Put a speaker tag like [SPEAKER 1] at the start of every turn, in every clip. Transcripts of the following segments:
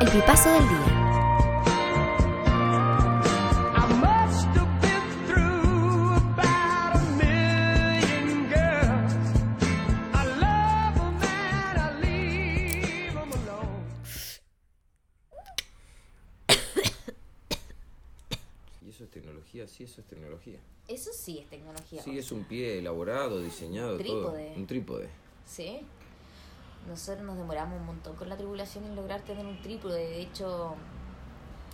[SPEAKER 1] Choripazo del día.
[SPEAKER 2] I must have been through about a million girls. I love 'em and I leave 'em alone.
[SPEAKER 3] Y eso es tecnología, sí, eso es tecnología.
[SPEAKER 4] Eso sí es tecnología.
[SPEAKER 3] Sí, es un pie elaborado, diseñado,
[SPEAKER 4] Trípode.
[SPEAKER 3] todo. Un trípode.
[SPEAKER 4] Sí. Nosotros nos demoramos un montón con la tribulación en lograr tener un trípode. De hecho,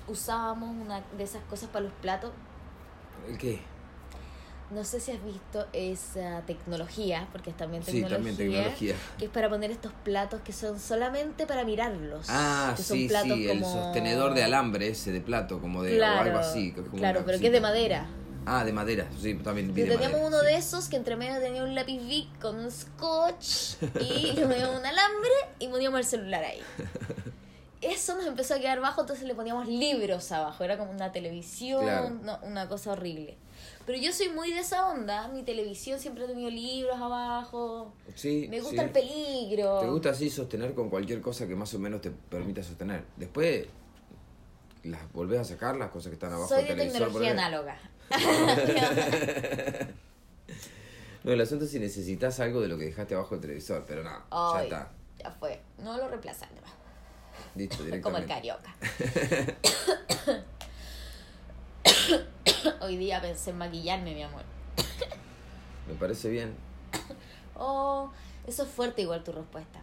[SPEAKER 4] usábamos una de esas cosas para los platos.
[SPEAKER 3] ¿El qué?
[SPEAKER 4] No sé si has visto esa tecnología, porque es también
[SPEAKER 3] Sí,
[SPEAKER 4] tecnología.
[SPEAKER 3] también tecnología.
[SPEAKER 4] Que es para poner estos platos que son solamente para mirarlos.
[SPEAKER 3] Ah,
[SPEAKER 4] que son
[SPEAKER 3] sí,
[SPEAKER 4] platos
[SPEAKER 3] sí, el
[SPEAKER 4] como-
[SPEAKER 3] sostenedor de alambre ese de plato, como de o
[SPEAKER 4] Claro,
[SPEAKER 3] algo así. que es como
[SPEAKER 4] claro,
[SPEAKER 3] una
[SPEAKER 4] pero que es de
[SPEAKER 3] cosita.
[SPEAKER 4] madera.
[SPEAKER 3] Ah, de madera, sí, también. vi
[SPEAKER 4] Y
[SPEAKER 3] de
[SPEAKER 4] teníamos
[SPEAKER 3] madera,
[SPEAKER 4] uno
[SPEAKER 3] sí.
[SPEAKER 4] de esos que entre medio tenía un lápiz Bic con un scotch y le poníamos un alambre y poníamos el celular ahí. Eso nos empezó a quedar bajo, entonces le poníamos libros abajo, era como una televisión,
[SPEAKER 3] Claro.
[SPEAKER 4] no, una cosa horrible. Pero yo soy muy de esa onda, mi televisión siempre ha tenido libros abajo.
[SPEAKER 3] Sí,
[SPEAKER 4] Me gusta
[SPEAKER 3] sí.
[SPEAKER 4] el peligro.
[SPEAKER 3] Te gusta así sostener con cualquier cosa que más o menos te permita sostener. Después las volvés a sacar, las cosas que están abajo
[SPEAKER 4] Soy
[SPEAKER 3] del
[SPEAKER 4] de
[SPEAKER 3] televisor.
[SPEAKER 4] tecnología
[SPEAKER 3] ponele.
[SPEAKER 4] análoga.
[SPEAKER 3] No, el asunto es si necesitas algo de lo que dejaste abajo del televisor, pero no, ya
[SPEAKER 4] Ay,
[SPEAKER 3] está.
[SPEAKER 4] ya fue. No lo reemplazan. nomás.
[SPEAKER 3] Dicho directamente.
[SPEAKER 4] Como el carioca. Hoy día pensé en maquillarme, mi amor.
[SPEAKER 3] Me parece bien.
[SPEAKER 4] Oh, eso es fuerte igual tu respuesta.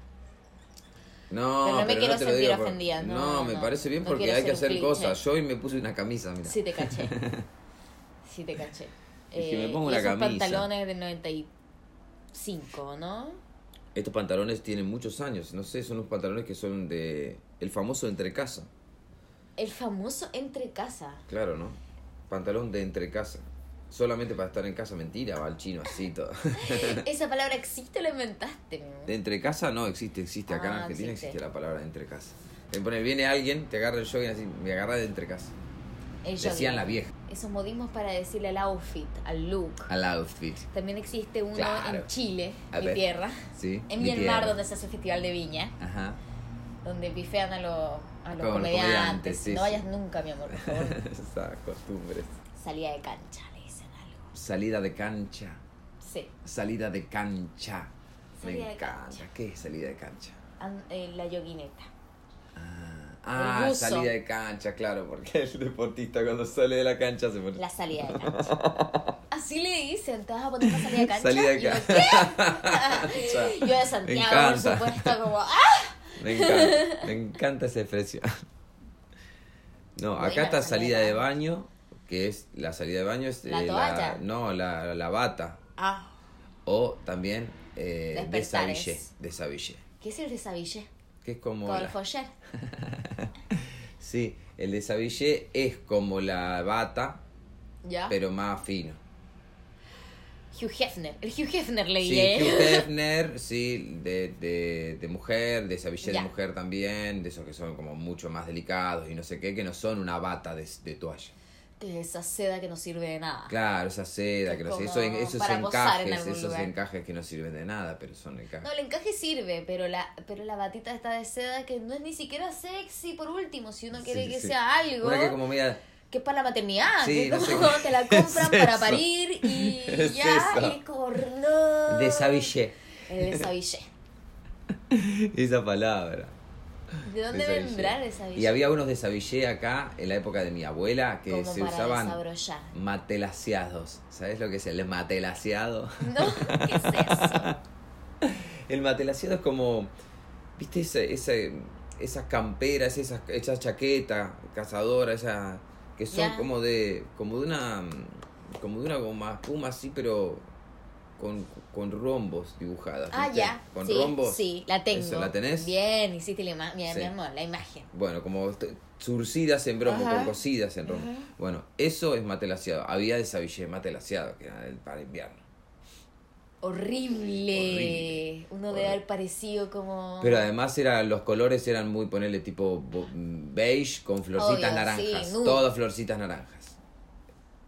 [SPEAKER 3] No,
[SPEAKER 4] Pero no me quiero
[SPEAKER 3] te lo
[SPEAKER 4] sentir
[SPEAKER 3] digo por-
[SPEAKER 4] ofendida, no,
[SPEAKER 3] No,
[SPEAKER 4] no,
[SPEAKER 3] me
[SPEAKER 4] no.
[SPEAKER 3] parece bien
[SPEAKER 4] No
[SPEAKER 3] porque
[SPEAKER 4] quiero
[SPEAKER 3] hay
[SPEAKER 4] ser
[SPEAKER 3] que
[SPEAKER 4] un
[SPEAKER 3] hacer
[SPEAKER 4] cliché.
[SPEAKER 3] cosas. Yo hoy me puse una camisa, mira.
[SPEAKER 4] Sí te caché. Sí te caché. Eh,
[SPEAKER 3] Dije, me pongo
[SPEAKER 4] y
[SPEAKER 3] una
[SPEAKER 4] esos
[SPEAKER 3] camisa.
[SPEAKER 4] pantalones del 95, ¿no?
[SPEAKER 3] Estos pantalones tienen muchos años, no sé, son unos pantalones que son de el famoso entrecasa,
[SPEAKER 4] El famoso entre casa.
[SPEAKER 3] claro, ¿no? Pantalón de entrecasa. Solamente para estar en casa, mentira, va al chino así todo.
[SPEAKER 4] Esa palabra existe o la inventaste, mi amor?
[SPEAKER 3] De entrecasa no existe, existe acá en
[SPEAKER 4] Ah,
[SPEAKER 3] Argentina
[SPEAKER 4] existe.
[SPEAKER 3] existe, la palabra de entrecasa. Te pone, viene alguien, te agarra el jogging así, me agarra de entrecasa.
[SPEAKER 4] El
[SPEAKER 3] Decían
[SPEAKER 4] jogging.
[SPEAKER 3] la vieja.
[SPEAKER 4] Esos modismos para decirle al outfit, al look.
[SPEAKER 3] Al outfit.
[SPEAKER 4] También existe uno
[SPEAKER 3] Claro.
[SPEAKER 4] en Chile,
[SPEAKER 3] A
[SPEAKER 4] mi
[SPEAKER 3] ver.
[SPEAKER 4] tierra.
[SPEAKER 3] Sí.
[SPEAKER 4] En
[SPEAKER 3] mi
[SPEAKER 4] Myanmar,
[SPEAKER 3] tierra.
[SPEAKER 4] donde se hace el Festival de Viña,
[SPEAKER 3] Ajá.
[SPEAKER 4] donde bifean a, los a los
[SPEAKER 3] Como los
[SPEAKER 4] comediantes.
[SPEAKER 3] comediantes, sí,
[SPEAKER 4] no
[SPEAKER 3] sí.
[SPEAKER 4] vayas nunca, mi amor, por favor.
[SPEAKER 3] Esas costumbres.
[SPEAKER 4] Salida de cancha, le dicen algo.
[SPEAKER 3] Salida de cancha.
[SPEAKER 4] Sí.
[SPEAKER 3] Salida de cancha.
[SPEAKER 4] Salida
[SPEAKER 3] Me
[SPEAKER 4] de
[SPEAKER 3] encanta.
[SPEAKER 4] cancha.
[SPEAKER 3] ¿Qué es salida de cancha?
[SPEAKER 4] An- eh, la yoguineta.
[SPEAKER 3] Ah,
[SPEAKER 4] buzo.
[SPEAKER 3] salida de cancha, claro, porque el deportista cuando sale de la cancha se pone.
[SPEAKER 4] La salida de cancha. Así le dicen, te vas a poner la salida de cancha.
[SPEAKER 3] Salida de
[SPEAKER 4] Y yo,
[SPEAKER 3] cancha.
[SPEAKER 4] ¿qué? Yo de Santiago, por
[SPEAKER 3] encanta.
[SPEAKER 4] supuesto, como, ¡ah!
[SPEAKER 3] Me encanta, me encanta esa expresión. No, acá
[SPEAKER 4] Buena
[SPEAKER 3] está
[SPEAKER 4] salida.
[SPEAKER 3] salida de baño, que es la salida de baño es
[SPEAKER 4] La toalla.
[SPEAKER 3] no, la, la bata
[SPEAKER 4] ah.
[SPEAKER 3] o también eh,
[SPEAKER 4] Despertares.
[SPEAKER 3] desabillé, desabillé,
[SPEAKER 4] ¿Qué es el desabillé?
[SPEAKER 3] que es como
[SPEAKER 4] Como el
[SPEAKER 3] la-
[SPEAKER 4] follar.
[SPEAKER 3] sí, el desabillé es como la bata,
[SPEAKER 4] ¿Ya?
[SPEAKER 3] pero más fino.
[SPEAKER 4] Hugh Hefner. El Hugh Hefner leí,
[SPEAKER 3] Sí,
[SPEAKER 4] ¿eh?
[SPEAKER 3] Hugh Hefner, sí, de, de, de mujer, de sabillé
[SPEAKER 4] Ya.
[SPEAKER 3] de mujer también, de esos que son como mucho más delicados y no sé qué, que no son una bata de, de toalla.
[SPEAKER 4] Que esa seda que no sirve de nada.
[SPEAKER 3] Claro, esa seda, que no sé, eso,
[SPEAKER 4] Como
[SPEAKER 3] esos
[SPEAKER 4] para posar en
[SPEAKER 3] encajes,
[SPEAKER 4] algún
[SPEAKER 3] esos
[SPEAKER 4] lugar.
[SPEAKER 3] encajes que no sirven de nada, pero son encajes.
[SPEAKER 4] No, el encaje sirve, pero la, pero la batita está de seda que no es ni siquiera sexy por último, si uno quiere
[SPEAKER 3] Sí,
[SPEAKER 4] que
[SPEAKER 3] sí.
[SPEAKER 4] sea algo
[SPEAKER 3] Una que como media-
[SPEAKER 4] que es para la maternidad,
[SPEAKER 3] Sí,
[SPEAKER 4] que es
[SPEAKER 3] no
[SPEAKER 4] como
[SPEAKER 3] sé qué-
[SPEAKER 4] te la compran
[SPEAKER 3] es
[SPEAKER 4] para
[SPEAKER 3] eso.
[SPEAKER 4] parir y
[SPEAKER 3] Es
[SPEAKER 4] ya,
[SPEAKER 3] eso.
[SPEAKER 4] y es como, no.
[SPEAKER 3] desabillé,
[SPEAKER 4] El desabillé.
[SPEAKER 3] esa palabra.
[SPEAKER 4] ¿De dónde
[SPEAKER 3] Desabillé.
[SPEAKER 4] vendrá el desabillé?
[SPEAKER 3] Y había unos desabillé acá en la época de mi abuela que
[SPEAKER 4] como
[SPEAKER 3] se
[SPEAKER 4] para
[SPEAKER 3] usaban
[SPEAKER 4] desabrollar.
[SPEAKER 3] matelaseados. ¿Sabes lo que es el matelaseado?
[SPEAKER 4] No, ¿qué es eso?
[SPEAKER 3] El matelaseado es como, viste, esa, esa, esas camperas, esas, esa chaqueta cazadora, esa, que son
[SPEAKER 4] Ya.
[SPEAKER 3] como de, como de una, como de una goma espuma así, pero con, con rombos dibujadas.
[SPEAKER 4] Ah,
[SPEAKER 3] ¿viste?
[SPEAKER 4] ya.
[SPEAKER 3] Con
[SPEAKER 4] sí,
[SPEAKER 3] rombos.
[SPEAKER 4] Sí, la tengo.
[SPEAKER 3] Eso, ¿la tenés?
[SPEAKER 4] Bien, hiciste la imagen. Mira,
[SPEAKER 3] Sí.
[SPEAKER 4] mi amor, la imagen.
[SPEAKER 3] Bueno, como t- zurcidas en rombo,
[SPEAKER 4] Ajá.
[SPEAKER 3] con cosidas en rombo. Bueno, eso es matelaseado. Había de Savillé matelaseado, que era el para invierno.
[SPEAKER 4] Horrible.
[SPEAKER 3] Horrible.
[SPEAKER 4] Uno
[SPEAKER 3] Horrible.
[SPEAKER 4] debe haber parecido como.
[SPEAKER 3] Pero además era, los colores eran muy, ponerle tipo bo- mm, beige con florcitas
[SPEAKER 4] Obvio,
[SPEAKER 3] naranjas.
[SPEAKER 4] sí, nude.
[SPEAKER 3] todas florcitas naranjas.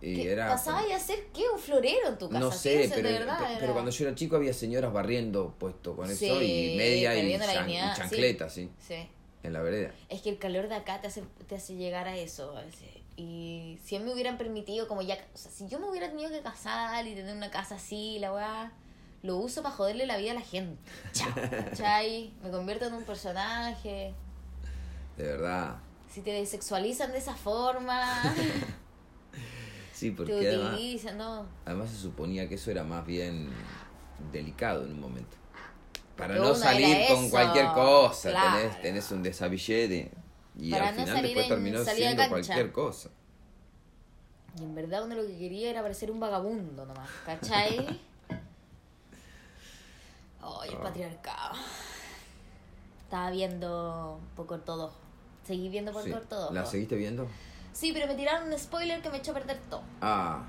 [SPEAKER 3] Y
[SPEAKER 4] ¿Qué
[SPEAKER 3] era.
[SPEAKER 4] ¿Pasaba y hacer qué? ¿Un florero en tu casa?
[SPEAKER 3] no
[SPEAKER 4] Sí,
[SPEAKER 3] sé,
[SPEAKER 4] eso
[SPEAKER 3] pero,
[SPEAKER 4] de verdad
[SPEAKER 3] pe-
[SPEAKER 4] era-
[SPEAKER 3] pero cuando yo era chico había señoras barriendo puesto con
[SPEAKER 4] Sí,
[SPEAKER 3] eso y media y,
[SPEAKER 4] perdiendo la
[SPEAKER 3] chan- y
[SPEAKER 4] dignidad, sí.
[SPEAKER 3] chancleta, sí.
[SPEAKER 4] Sí.
[SPEAKER 3] en la vereda.
[SPEAKER 4] Es que el calor de acá te hace, te hace llegar a eso. a veces. Y si a mí me hubieran permitido, como ya. O sea, si yo me hubiera tenido que casar y tener una casa así, la weá. Lo uso para joderle la vida a la gente. Chao. ¿Cachai? Me convierto en un personaje.
[SPEAKER 3] De verdad.
[SPEAKER 4] Si te desexualizan de esa forma,
[SPEAKER 3] Sí, porque
[SPEAKER 4] te
[SPEAKER 3] además,
[SPEAKER 4] utilizan, ¿no?
[SPEAKER 3] además se suponía que eso era más bien delicado en un momento. Para
[SPEAKER 4] Pero
[SPEAKER 3] no
[SPEAKER 4] uno era
[SPEAKER 3] salir con
[SPEAKER 4] eso,
[SPEAKER 3] cualquier cosa,
[SPEAKER 4] claro.
[SPEAKER 3] tenés, tenés un desabillete. Y
[SPEAKER 4] Para
[SPEAKER 3] al
[SPEAKER 4] no
[SPEAKER 3] final
[SPEAKER 4] salir
[SPEAKER 3] después
[SPEAKER 4] en
[SPEAKER 3] terminó
[SPEAKER 4] salida de
[SPEAKER 3] siendo
[SPEAKER 4] cancha.
[SPEAKER 3] cualquier cosa.
[SPEAKER 4] Y en verdad uno lo que quería era parecer un vagabundo nomás, ¿cachai? Ay,
[SPEAKER 3] Ah.
[SPEAKER 4] el patriarcado. Estaba viendo poco ortodoxo. Seguí viendo poco
[SPEAKER 3] Sí.
[SPEAKER 4] ortodoxo.
[SPEAKER 3] ¿La seguiste viendo?
[SPEAKER 4] Sí, pero me tiraron un spoiler que me echó a perder todo.
[SPEAKER 3] Ah.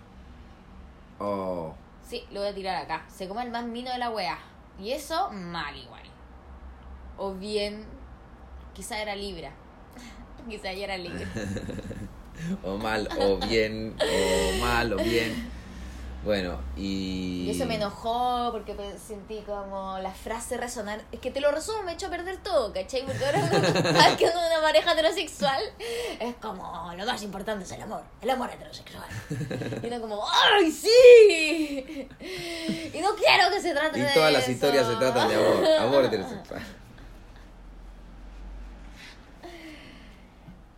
[SPEAKER 3] Oh.
[SPEAKER 4] Sí, lo voy a tirar acá. Se come el más mino de la wea. Y eso, mal igual. O bien, quizá era Libra. quizá ella era Libra.
[SPEAKER 3] O mal, o bien, o mal, o bien. Bueno, y.
[SPEAKER 4] Y eso me enojó porque pe- sentí como la frase resonar. Es que te lo resumo, me echó a perder todo, ¿cachai? Porque ahora cada que uno es una pareja heterosexual es como lo más importante es el amor, el amor heterosexual. Y uno como, ¡ay, sí! Y no quiero que se trate de
[SPEAKER 3] Y todas las historias
[SPEAKER 4] eso.
[SPEAKER 3] se tratan de amor, amor heterosexual.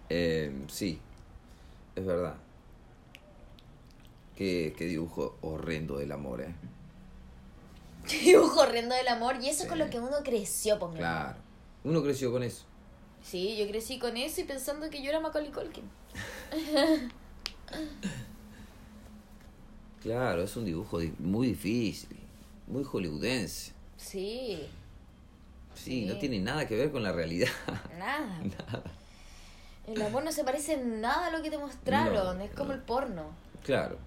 [SPEAKER 3] Eh, sí, es verdad. Qué, qué dibujo horrendo del amor, ¿eh?
[SPEAKER 4] Dibujo horrendo del amor y eso es con
[SPEAKER 3] Sí.
[SPEAKER 4] lo que uno creció, por mi amor.
[SPEAKER 3] Claro. Uno creció con eso.
[SPEAKER 4] Sí, yo crecí con eso y pensando que yo era Macaulay Culkin.
[SPEAKER 3] Claro, es un dibujo di- muy difícil, muy hollywoodense.
[SPEAKER 4] Sí,
[SPEAKER 3] Sí, no
[SPEAKER 4] Sí.
[SPEAKER 3] tiene nada que ver con la realidad.
[SPEAKER 4] Nada. El amor no se parece en nada a lo que te mostraron.
[SPEAKER 3] No,
[SPEAKER 4] es como
[SPEAKER 3] no.
[SPEAKER 4] el porno.
[SPEAKER 3] Claro.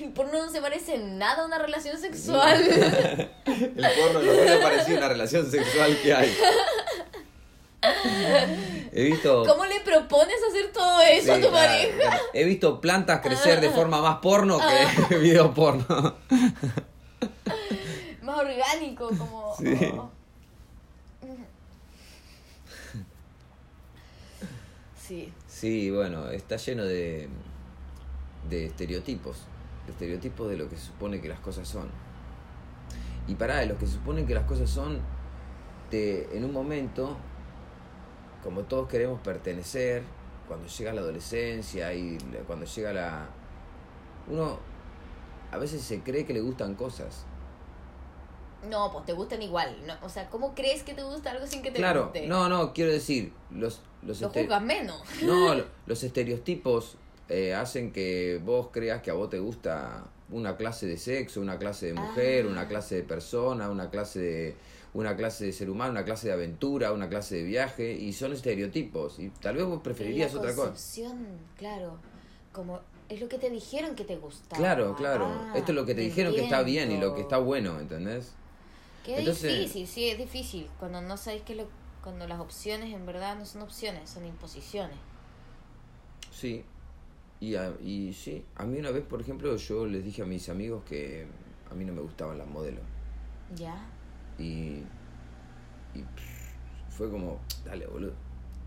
[SPEAKER 4] El porno no se parece en nada a una relación sexual.
[SPEAKER 3] El porno no me parecido una relación sexual que hay. He visto.
[SPEAKER 4] ¿Cómo le propones hacer todo eso a
[SPEAKER 3] Sí,
[SPEAKER 4] tu
[SPEAKER 3] claro,
[SPEAKER 4] pareja? Ah.
[SPEAKER 3] claro. He visto plantas crecer de forma más porno que video porno.
[SPEAKER 4] Más orgánico, como.
[SPEAKER 3] Sí.
[SPEAKER 4] oh. Sí.
[SPEAKER 3] Sí, bueno, está lleno de, de estereotipos. De estereotipos de lo que se supone que las cosas son. Y pará, de los que suponen que las cosas son, te- en un momento, como todos queremos pertenecer, cuando llega la adolescencia y la- cuando llega la... Uno a veces se cree que le gustan cosas.
[SPEAKER 4] No, pues te gustan igual. ¿no? O sea, ¿cómo crees que te gusta algo sin que te
[SPEAKER 3] Claro,
[SPEAKER 4] guste?
[SPEAKER 3] no, este, no, quiero decir, los... los
[SPEAKER 4] Lo
[SPEAKER 3] estere-
[SPEAKER 4] juzgas menos.
[SPEAKER 3] No, lo- los estereotipos eh, hacen que vos creas que a vos te gusta una clase de sexo, una clase de mujer,
[SPEAKER 4] Ah.
[SPEAKER 3] una clase de persona, una clase de una clase de ser humano, una clase de aventura, una clase de viaje y son estereotipos y tal vez vos preferirías
[SPEAKER 4] la
[SPEAKER 3] otra cosa.
[SPEAKER 4] concepción, claro. Como es lo que te dijeron que te Ah, gusta.
[SPEAKER 3] Claro, claro. Esto es lo que te dijeron que está bien y lo que está
[SPEAKER 4] bueno.
[SPEAKER 3] bueno, ¿entendés?
[SPEAKER 4] Qué
[SPEAKER 3] Entonces-
[SPEAKER 4] difícil, sí, es difícil. Cuando no sabes qué es lo cuando las opciones en verdad no son opciones, son imposiciones.
[SPEAKER 3] Sí. Y, a- y sí, a mí una vez, por ejemplo, yo les dije a mis amigos que a mí no me gustaban las modelos.
[SPEAKER 4] ¿Ya?
[SPEAKER 3] Y, y pff, fue como, dale, boludo.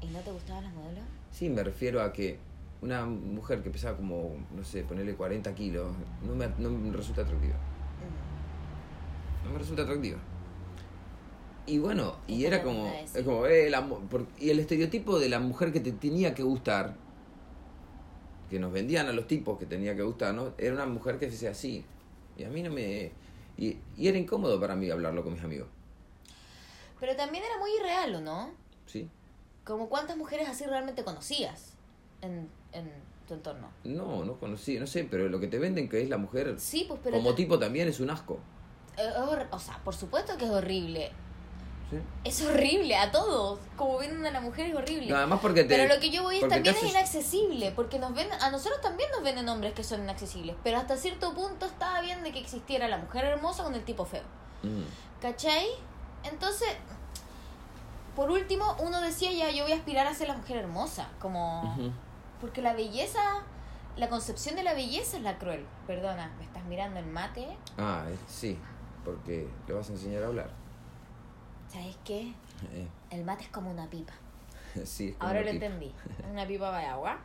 [SPEAKER 4] ¿Y no te gustaban las modelos?
[SPEAKER 3] Sí, me refiero a que una mujer que pesaba como, no sé, ponerle 40 kilos, no me, no me resulta atractiva.
[SPEAKER 4] Mm.
[SPEAKER 3] No me resulta atractiva. Y bueno, y
[SPEAKER 4] Esta
[SPEAKER 3] era
[SPEAKER 4] me
[SPEAKER 3] como,
[SPEAKER 4] gusta esa.
[SPEAKER 3] es como eh, la mu- por- y el estereotipo de la mujer que te tenía que gustar, que nos vendían a los tipos que tenía que gustar, ¿no? Era una mujer que sea así. Y a mí no me... Y, y era incómodo para mí hablarlo con mis amigos,
[SPEAKER 4] Pero también era muy irreal, ¿o no?
[SPEAKER 3] ¿sí?
[SPEAKER 4] Como cuántas mujeres así realmente conocías en, en tu entorno.
[SPEAKER 3] No, no conocí, no sé, pero lo que te venden que es la mujer
[SPEAKER 4] Sí, pues pero
[SPEAKER 3] como
[SPEAKER 4] te-
[SPEAKER 3] tipo también es un asco.
[SPEAKER 4] es hor- o sea, por supuesto que es horrible.
[SPEAKER 3] ¿sí?
[SPEAKER 4] Es horrible a todos. Como vienen a la mujer es horrible.
[SPEAKER 3] No, además porque te.
[SPEAKER 4] Pero lo que yo voy es
[SPEAKER 3] porque te
[SPEAKER 4] también es
[SPEAKER 3] haces-
[SPEAKER 4] inaccesible, porque nos ven, a nosotros también nos venden hombres que son inaccesibles, pero hasta cierto punto estaba bien de que existiera la mujer hermosa con el tipo feo.
[SPEAKER 3] Mm,
[SPEAKER 4] ¿Cachai? Entonces, por último, uno decía ya, yo voy a aspirar a ser la mujer hermosa, como...
[SPEAKER 3] ujú.
[SPEAKER 4] Porque la belleza, la concepción de la belleza es la cruel. Perdona, ¿me estás mirando el mate?
[SPEAKER 3] Ah, eh, sí. Porque le vas a enseñar a hablar.
[SPEAKER 4] ¿Sabes qué?
[SPEAKER 3] Eh,
[SPEAKER 4] El mate es como una pipa.
[SPEAKER 3] sí, es como
[SPEAKER 4] Ahora
[SPEAKER 3] una
[SPEAKER 4] lo
[SPEAKER 3] pipa.
[SPEAKER 4] entendí. Una pipa de agua.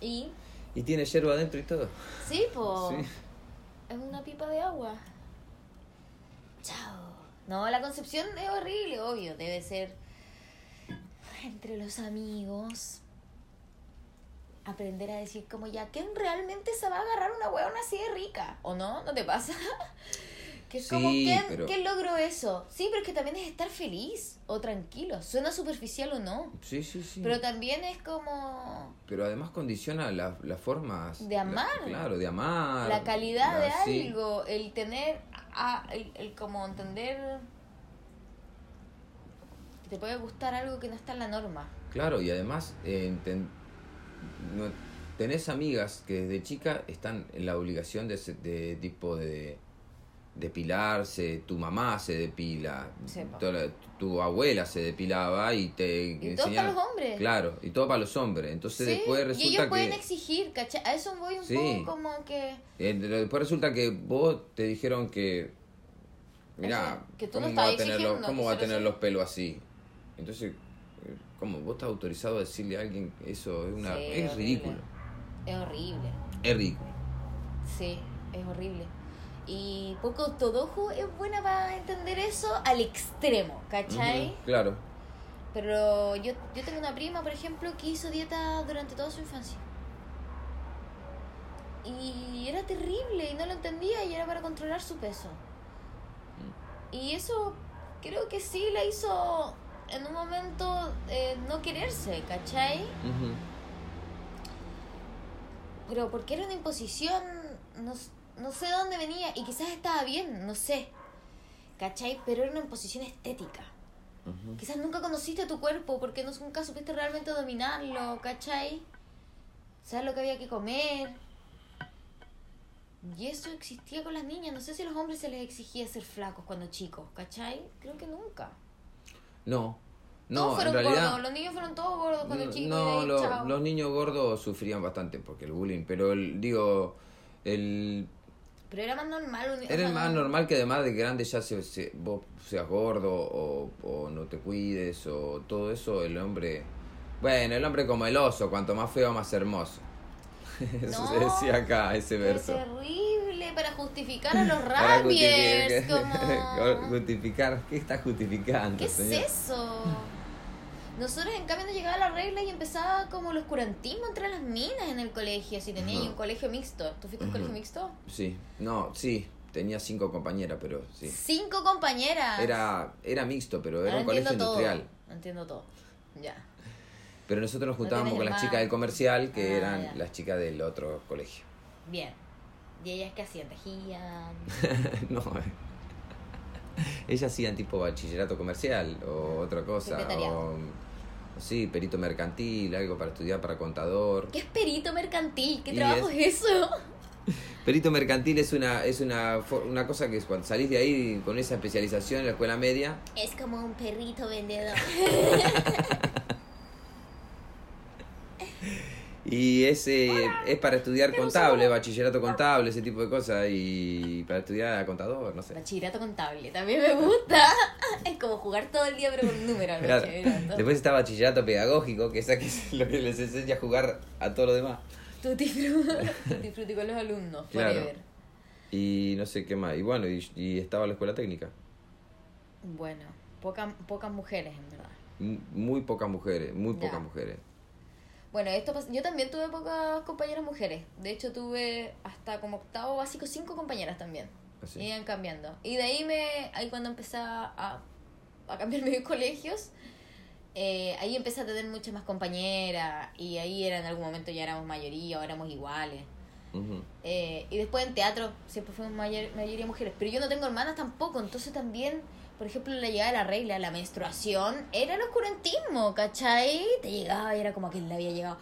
[SPEAKER 4] Y.
[SPEAKER 3] Y tiene hierba adentro y todo.
[SPEAKER 4] Sí, po.
[SPEAKER 3] Sí.
[SPEAKER 4] Es una pipa de agua. Chao. No, la concepción es horrible, obvio. Debe ser entre los amigos. Aprender a decir como ya, ¿quién realmente se va a agarrar una huevona así de rica? ¿O no? ¿No te pasa? Que es como,
[SPEAKER 3] Sí,
[SPEAKER 4] ¿quién,
[SPEAKER 3] pero-
[SPEAKER 4] quién logró eso? Sí, pero es que también es estar feliz o tranquilo. Suena superficial o no.
[SPEAKER 3] Sí, sí, sí.
[SPEAKER 4] Pero también es como...
[SPEAKER 3] Pero además condiciona la- las formas.
[SPEAKER 4] De amar.
[SPEAKER 3] la- claro, de amar.
[SPEAKER 4] la calidad de
[SPEAKER 3] la- Ah, sí.
[SPEAKER 4] algo, el tener, a- el, el como entender que te puede gustar algo que no está en la norma.
[SPEAKER 3] Claro, y además eh, enten- no- tenés amigas que desde chica están en la obligación de, se- de tipo de depilarse, tu mamá se depila,
[SPEAKER 4] Sepa.
[SPEAKER 3] toda la- tu abuela se depilaba y te
[SPEAKER 4] Y todo para los hombres.
[SPEAKER 3] Claro, y todo para los hombres. Entonces
[SPEAKER 4] Sí,
[SPEAKER 3] después
[SPEAKER 4] y ellos
[SPEAKER 3] resulta
[SPEAKER 4] pueden
[SPEAKER 3] que...
[SPEAKER 4] exigir, ¿cachai? A eso voy un
[SPEAKER 3] Sí.
[SPEAKER 4] poco como que...
[SPEAKER 3] eh, después resulta que vos te dijeron que... Mirá,
[SPEAKER 4] Eso, que tú no
[SPEAKER 3] ¿cómo,
[SPEAKER 4] estabas
[SPEAKER 3] va a tener, los,
[SPEAKER 4] exigiendo
[SPEAKER 3] cómo
[SPEAKER 4] que
[SPEAKER 3] va a
[SPEAKER 4] se
[SPEAKER 3] tener
[SPEAKER 4] resuelva?
[SPEAKER 3] los pelos así? Entonces, eh, ¿cómo? ¿Vos estás autorizado a decirle a alguien eso? Es, una,
[SPEAKER 4] Sí,
[SPEAKER 3] es
[SPEAKER 4] horrible.
[SPEAKER 3] ridículo.
[SPEAKER 4] Es horrible,
[SPEAKER 3] Es ridículo.
[SPEAKER 4] sí, es horrible. Y poco ortodoxo es buena para entender eso al extremo, ¿cachai?
[SPEAKER 3] Ujú, Claro.
[SPEAKER 4] Pero yo, yo tengo una prima, por ejemplo, que hizo dieta durante toda su infancia. Y era terrible y no lo entendía y era para controlar su peso. Y eso creo que sí la hizo en un momento eh, no quererse, ¿cachai?
[SPEAKER 3] Ujú.
[SPEAKER 4] Pero porque era una imposición, no, s- no sé de dónde venía y quizás estaba bien, no sé. ¿Cachai? Pero era una imposición estética.
[SPEAKER 3] Ujú.
[SPEAKER 4] Quizás nunca conociste tu cuerpo porque no, nunca supiste realmente dominarlo, ¿cachai? Sabes lo que había que comer. Y eso existía con las niñas. No sé si a los hombres se les exigía ser flacos cuando chicos, ¿cachai? Creo que nunca. todos
[SPEAKER 3] No. No, en
[SPEAKER 4] fueron
[SPEAKER 3] realidad.
[SPEAKER 4] gordos. Los niños fueron todos gordos cuando chicos. y
[SPEAKER 3] No,
[SPEAKER 4] ahí,
[SPEAKER 3] lo-
[SPEAKER 4] chao.
[SPEAKER 3] los niños gordos sufrían bastante porque el bullying, pero el, digo, el,
[SPEAKER 4] Pero era más normal. un-
[SPEAKER 3] era
[SPEAKER 4] o sea,
[SPEAKER 3] más normal que además de grande ya se, se- vos seas gordo o, o no te cuides o todo eso, el hombre, bueno, el hombre como el oso, cuanto más feo, más hermoso. Eso
[SPEAKER 4] No.
[SPEAKER 3] se decía acá, ese
[SPEAKER 4] Qué
[SPEAKER 3] verso.
[SPEAKER 4] terrible para justificar a los
[SPEAKER 3] Para
[SPEAKER 4] rabies.
[SPEAKER 3] justificar,
[SPEAKER 4] como...
[SPEAKER 3] justificar, ¿qué está justificando?
[SPEAKER 4] ¿Qué es
[SPEAKER 3] señor?
[SPEAKER 4] eso? Nosotros en cambio no llegaba la regla y empezaba como el oscurantismo entre las minas en el colegio, si tenías
[SPEAKER 3] Ujú.
[SPEAKER 4] un colegio mixto. ¿Tú fuiste a un colegio mixto?
[SPEAKER 3] Sí, no, sí, tenía cinco compañeras, pero sí.
[SPEAKER 4] Cinco compañeras.
[SPEAKER 3] Era, era mixto, pero era
[SPEAKER 4] Ahora
[SPEAKER 3] un colegio
[SPEAKER 4] entiendo todo.
[SPEAKER 3] industrial.
[SPEAKER 4] Entiendo todo. Ya.
[SPEAKER 3] Pero nosotros nos juntábamos
[SPEAKER 4] tenés
[SPEAKER 3] con las
[SPEAKER 4] hermano.
[SPEAKER 3] chicas del comercial, que
[SPEAKER 4] Ah,
[SPEAKER 3] eran
[SPEAKER 4] ya.
[SPEAKER 3] las chicas del otro colegio.
[SPEAKER 4] Bien. ¿Y ellas qué hacían? Tejían.
[SPEAKER 3] no, eh. ellas hacían tipo bachillerato comercial o otra cosa.
[SPEAKER 4] Secretariado.
[SPEAKER 3] O, sí, perito mercantil, algo para estudiar para contador.
[SPEAKER 4] ¿Qué es perito mercantil? ¿Qué
[SPEAKER 3] Y
[SPEAKER 4] trabajo es eso?
[SPEAKER 3] Perito mercantil es una es una, for- una cosa que es cuando salís de ahí con esa especialización en la escuela media,
[SPEAKER 4] Es como un perrito vendedor.
[SPEAKER 3] Y es, eh, es para estudiar contable, bachillerato contable, ese tipo de cosas. Y para estudiar a contador, no sé.
[SPEAKER 4] Bachillerato contable, también me gusta. Es como jugar todo el día pero con números. al
[SPEAKER 3] Claro.
[SPEAKER 4] bachillerato.
[SPEAKER 3] Después está bachillerato pedagógico, que es a- que es lo que les enseña a jugar a todo lo demás.
[SPEAKER 4] Tutti frutti, tutti frutti con los alumnos,
[SPEAKER 3] Claro.
[SPEAKER 4] forever.
[SPEAKER 3] Y no sé qué más. Y bueno, y, y estaba la escuela técnica.
[SPEAKER 4] Bueno, poca- pocas mujeres en verdad.
[SPEAKER 3] M- Muy pocas mujeres, muy
[SPEAKER 4] Ya.
[SPEAKER 3] pocas mujeres.
[SPEAKER 4] Bueno, esto pas- yo también tuve pocas compañeras mujeres. De hecho, tuve hasta como octavo básico cinco compañeras también.
[SPEAKER 3] Así.
[SPEAKER 4] Y iban cambiando. Y de ahí me ahí cuando empecé a, a cambiarme de colegios, eh, ahí empecé a tener muchas más compañeras. Y ahí era en algún momento ya éramos mayoría, o éramos iguales.
[SPEAKER 3] Ujú.
[SPEAKER 4] Eh, y después en teatro siempre fuimos mayor- mayoría mujeres. Pero yo no tengo hermanas tampoco, entonces también, por ejemplo, la llegada de la regla, la menstruación, era el oscurantismo, ¿cachai? Te llegaba y era como que le había llegado.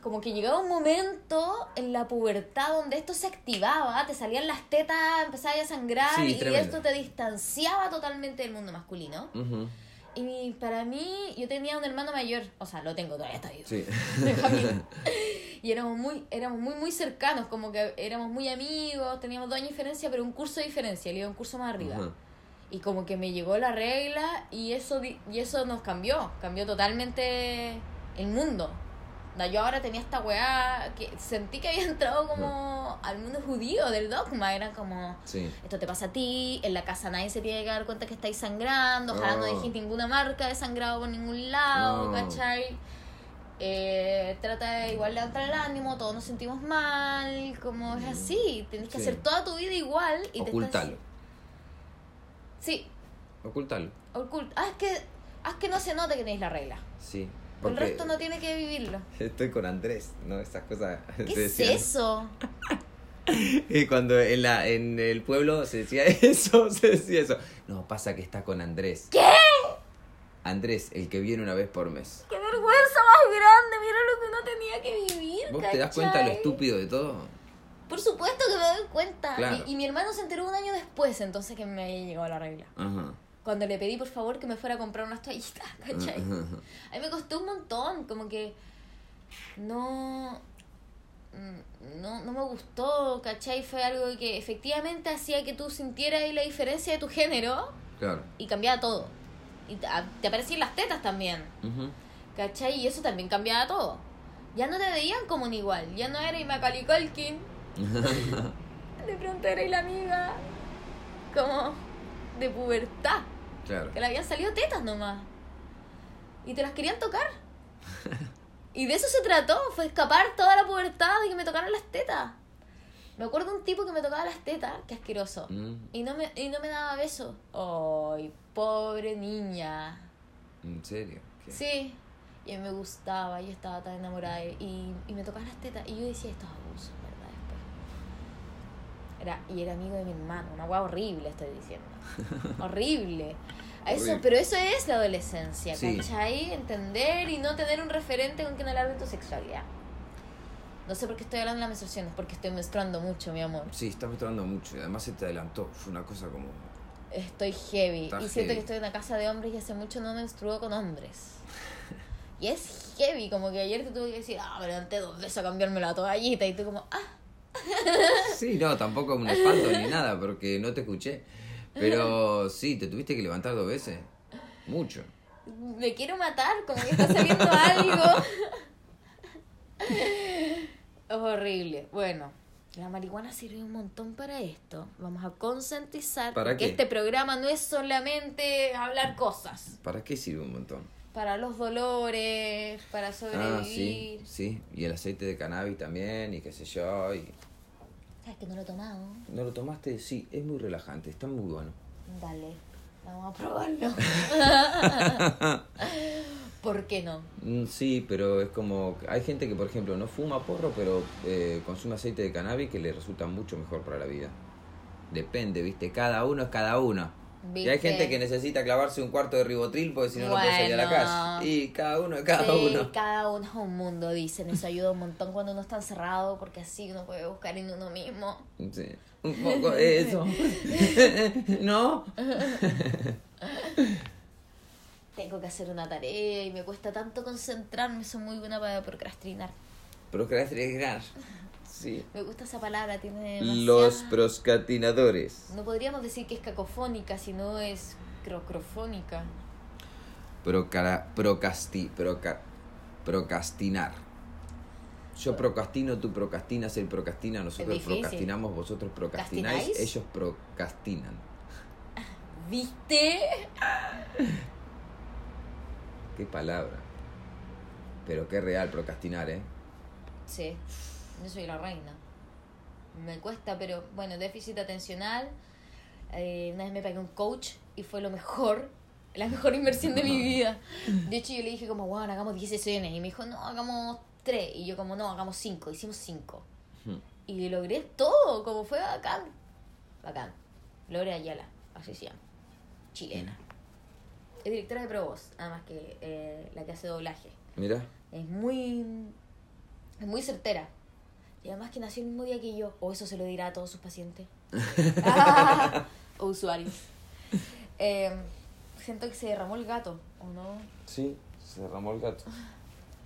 [SPEAKER 4] Como que llegaba un momento en la pubertad donde esto se activaba, te salían las tetas, empezaba a sangrar
[SPEAKER 3] Sí,
[SPEAKER 4] y
[SPEAKER 3] tremendo.
[SPEAKER 4] esto te distanciaba totalmente del mundo masculino.
[SPEAKER 3] Ujú.
[SPEAKER 4] Y para mí, yo tenía un hermano mayor, o sea, lo tengo todavía, está vivo.
[SPEAKER 3] Sí.
[SPEAKER 4] Benjamín. Y éramos muy, éramos muy, muy cercanos, como que éramos muy amigos, teníamos dos años de diferencia, pero un curso de diferencia, él iba un curso más arriba.
[SPEAKER 3] Ujú.
[SPEAKER 4] Y como que me llegó la regla y eso, di- y eso nos cambió, cambió totalmente el mundo. Da, Yo ahora tenía esta weá que sentí que había entrado como al mundo judío del dogma, era como...
[SPEAKER 3] Sí.
[SPEAKER 4] Esto te pasa a ti, en la casa nadie se tiene que dar cuenta que estáis sangrando, ojalá no
[SPEAKER 3] Oh.
[SPEAKER 4] dejes ninguna marca de sangrado por ningún lado,
[SPEAKER 3] No.
[SPEAKER 4] ¿cachai? Eh, trata de igual levantar el ánimo, todos nos sentimos mal, como es así, tenés que
[SPEAKER 3] Mm. Sí.
[SPEAKER 4] hacer toda tu vida igual y te
[SPEAKER 3] Ocultalo.
[SPEAKER 4] estás... Sí,
[SPEAKER 3] Ocultalo.
[SPEAKER 4] oculta. Haz que, haz que no se note que tenéis la regla.
[SPEAKER 3] Sí.
[SPEAKER 4] El resto no tiene que vivirlo.
[SPEAKER 3] Estoy con Andrés, ¿no? Esas cosas.
[SPEAKER 4] ¿Qué
[SPEAKER 3] se
[SPEAKER 4] es
[SPEAKER 3] decían.
[SPEAKER 4] eso?
[SPEAKER 3] Y cuando en, la, en el pueblo se decía eso, se decía eso. No, pasa que está con Andrés. ¿Qué? Andrés, el que viene una vez por mes.
[SPEAKER 4] ¡Qué vergüenza más grande! Mira lo que uno tenía que vivir.
[SPEAKER 3] ¿Vos te das cuenta lo
[SPEAKER 4] ¿cachai?
[SPEAKER 3] estúpido de todo?
[SPEAKER 4] Por supuesto que me doy cuenta.
[SPEAKER 3] Claro.
[SPEAKER 4] Y, y mi hermano se enteró un año después, entonces que me llegó la regla.
[SPEAKER 3] Ajá.
[SPEAKER 4] Cuando le pedí por favor que me fuera a comprar unas toallitas, ¿cachai?
[SPEAKER 3] Ajá, ajá.
[SPEAKER 4] A mí me costó un montón, como que no, mm, no, no me gustó, ¿cachai? Fue algo que efectivamente hacía que tú sintieras ahí la diferencia de tu género
[SPEAKER 3] Claro.
[SPEAKER 4] y cambiaba todo. Y te a- te aparecían las tetas también.
[SPEAKER 3] Ujú.
[SPEAKER 4] ¿Cachai? Y eso también cambiaba todo. Ya no te veían como un igual. Ya no era Macaulay Culkin. de pronto era la amiga como de pubertad.
[SPEAKER 3] Claro.
[SPEAKER 4] Que le habían salido tetas nomás. Y te las querían tocar. Y de eso se trató. Fue escapar toda la pubertad de que me tocaran las tetas. Me acuerdo un tipo que me tocaba las tetas. Qué asqueroso.
[SPEAKER 3] Mm,
[SPEAKER 4] Y no me, y no me daba besos. Ay, pobre niña.
[SPEAKER 3] ¿En serio? ¿Qué?
[SPEAKER 4] Sí. Y a mí me gustaba, yo estaba tan enamorada de- y, y me tocaban las tetas y yo decía, esto es abuso, ¿verdad? Después. Era, y era amigo de mi hermano, una guay horrible estoy diciendo. horrible. A Eso,
[SPEAKER 3] Horrible.
[SPEAKER 4] Pero eso es la adolescencia,
[SPEAKER 3] Sí.
[SPEAKER 4] ¿cachai? Entender y no tener un referente con quien hablar de tu sexualidad. No sé por qué estoy hablando de la menstruación, es porque estoy menstruando mucho, mi amor.
[SPEAKER 3] Sí, está mostrando mucho. y Además se te adelantó. Fue una cosa como.
[SPEAKER 4] Estoy heavy.
[SPEAKER 3] Está
[SPEAKER 4] y siento
[SPEAKER 3] heavy.
[SPEAKER 4] que estoy en una casa de hombres y hace mucho no menstruo con hombres. Y es heavy, como que ayer te tuve que decir, ah, me levanté dos veces a cambiarme la toallita. Y tú como, ah,
[SPEAKER 3] Sí, no, tampoco un espanto ni nada, porque no te escuché. Pero sí, te tuviste que levantar dos veces. Mucho.
[SPEAKER 4] me quiero matar, como que está saliendo algo. es horrible. Bueno, la marihuana sirve un montón para esto. Vamos a concientizar
[SPEAKER 3] ¿Para
[SPEAKER 4] que
[SPEAKER 3] qué?
[SPEAKER 4] este programa no es solamente hablar cosas.
[SPEAKER 3] ¿Para qué sirve un montón?
[SPEAKER 4] Para los dolores, para sobrevivir.
[SPEAKER 3] Ah, sí, sí. Y el aceite de cannabis también, y qué sé yo. Y...
[SPEAKER 4] ¿Sabes que no lo he tomado?
[SPEAKER 3] ¿No lo tomaste? Sí, es muy relajante, está muy bueno.
[SPEAKER 4] Dale, vamos a probarlo. ¿Por qué no?
[SPEAKER 3] Mm, Sí, pero es como. Hay gente que, por ejemplo, no fuma porro, pero eh, consume aceite de cannabis que le resulta mucho mejor para la vida. Depende, ¿viste? Cada uno es cada uno. Y hay
[SPEAKER 4] ¿Viste?
[SPEAKER 3] gente que necesita clavarse un cuarto de ribotril porque si no, no puede salir a la
[SPEAKER 4] Bueno.
[SPEAKER 3] calle. Y cada uno es cada
[SPEAKER 4] Sí,
[SPEAKER 3] uno.
[SPEAKER 4] cada uno es un mundo, dicen. Eso ayuda un montón cuando uno está encerrado, porque así uno puede buscar en uno mismo.
[SPEAKER 3] Sí, un poco de eso. ¿No?
[SPEAKER 4] Tengo que hacer una tarea y me cuesta tanto concentrarme. Soy muy buena para procrastinar.
[SPEAKER 3] Procrastinar. Sí.
[SPEAKER 4] Me gusta esa palabra, tiene.
[SPEAKER 3] Los
[SPEAKER 4] demasiada-
[SPEAKER 3] proscatinadores.
[SPEAKER 4] No podríamos decir que es cacofónica, sino es crocrofónica.
[SPEAKER 3] Procara, procasti, proca- procrastinar. Yo procrastino, tú procrastinas, él procrastina, nosotros
[SPEAKER 4] difícil.
[SPEAKER 3] procrastinamos, vosotros procrastináis,
[SPEAKER 4] ¿Castináis?
[SPEAKER 3] ellos procrastinan.
[SPEAKER 4] ¿Viste?
[SPEAKER 3] Qué palabra. Pero qué real procrastinar, ¿eh?
[SPEAKER 4] Sí, yo soy la reina. Me cuesta, pero bueno, déficit atencional. Eh, una vez me pagué un coach y fue lo mejor, la mejor inversión de mi vida. De hecho, yo le dije como, wow, hagamos 10 sesiones. Y me dijo, no, hagamos 3. Y yo como, no, hagamos 5. Hicimos 5.
[SPEAKER 3] Hmm.
[SPEAKER 4] Y logré todo, como fue bacán. Bacán. Lore Ayala, así se llama. Chilena.
[SPEAKER 3] Mm.
[SPEAKER 4] Es directora de ProVoz, además que eh, la que hace doblaje.
[SPEAKER 3] Mira,
[SPEAKER 4] Es muy. Es muy certera. Y además que nació el mismo día que yo. O eso se lo dirá a todos sus pacientes. Ah, o usuarios. Em, Eh, siento que se derramó el gato, ¿o no?
[SPEAKER 3] sí, se derramó el gato.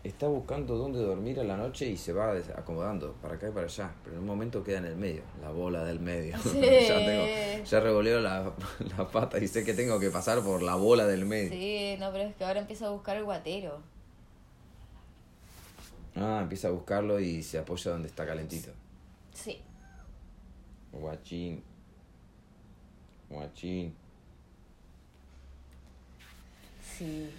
[SPEAKER 3] Está buscando dónde dormir a la noche y se va des- acomodando para acá y para allá, pero en un momento queda en el medio, la bola del medio.
[SPEAKER 4] Sí.
[SPEAKER 3] ya, tengo, ya revoleo la, la pata y sé que tengo que pasar por la bola del medio.
[SPEAKER 4] Sí, no, pero es que ahora empieza a buscar el guatero.
[SPEAKER 3] Ah, empieza a buscarlo y se apoya donde está calentito.
[SPEAKER 4] Sí.
[SPEAKER 3] Guachín. Guachín.
[SPEAKER 4] Sí.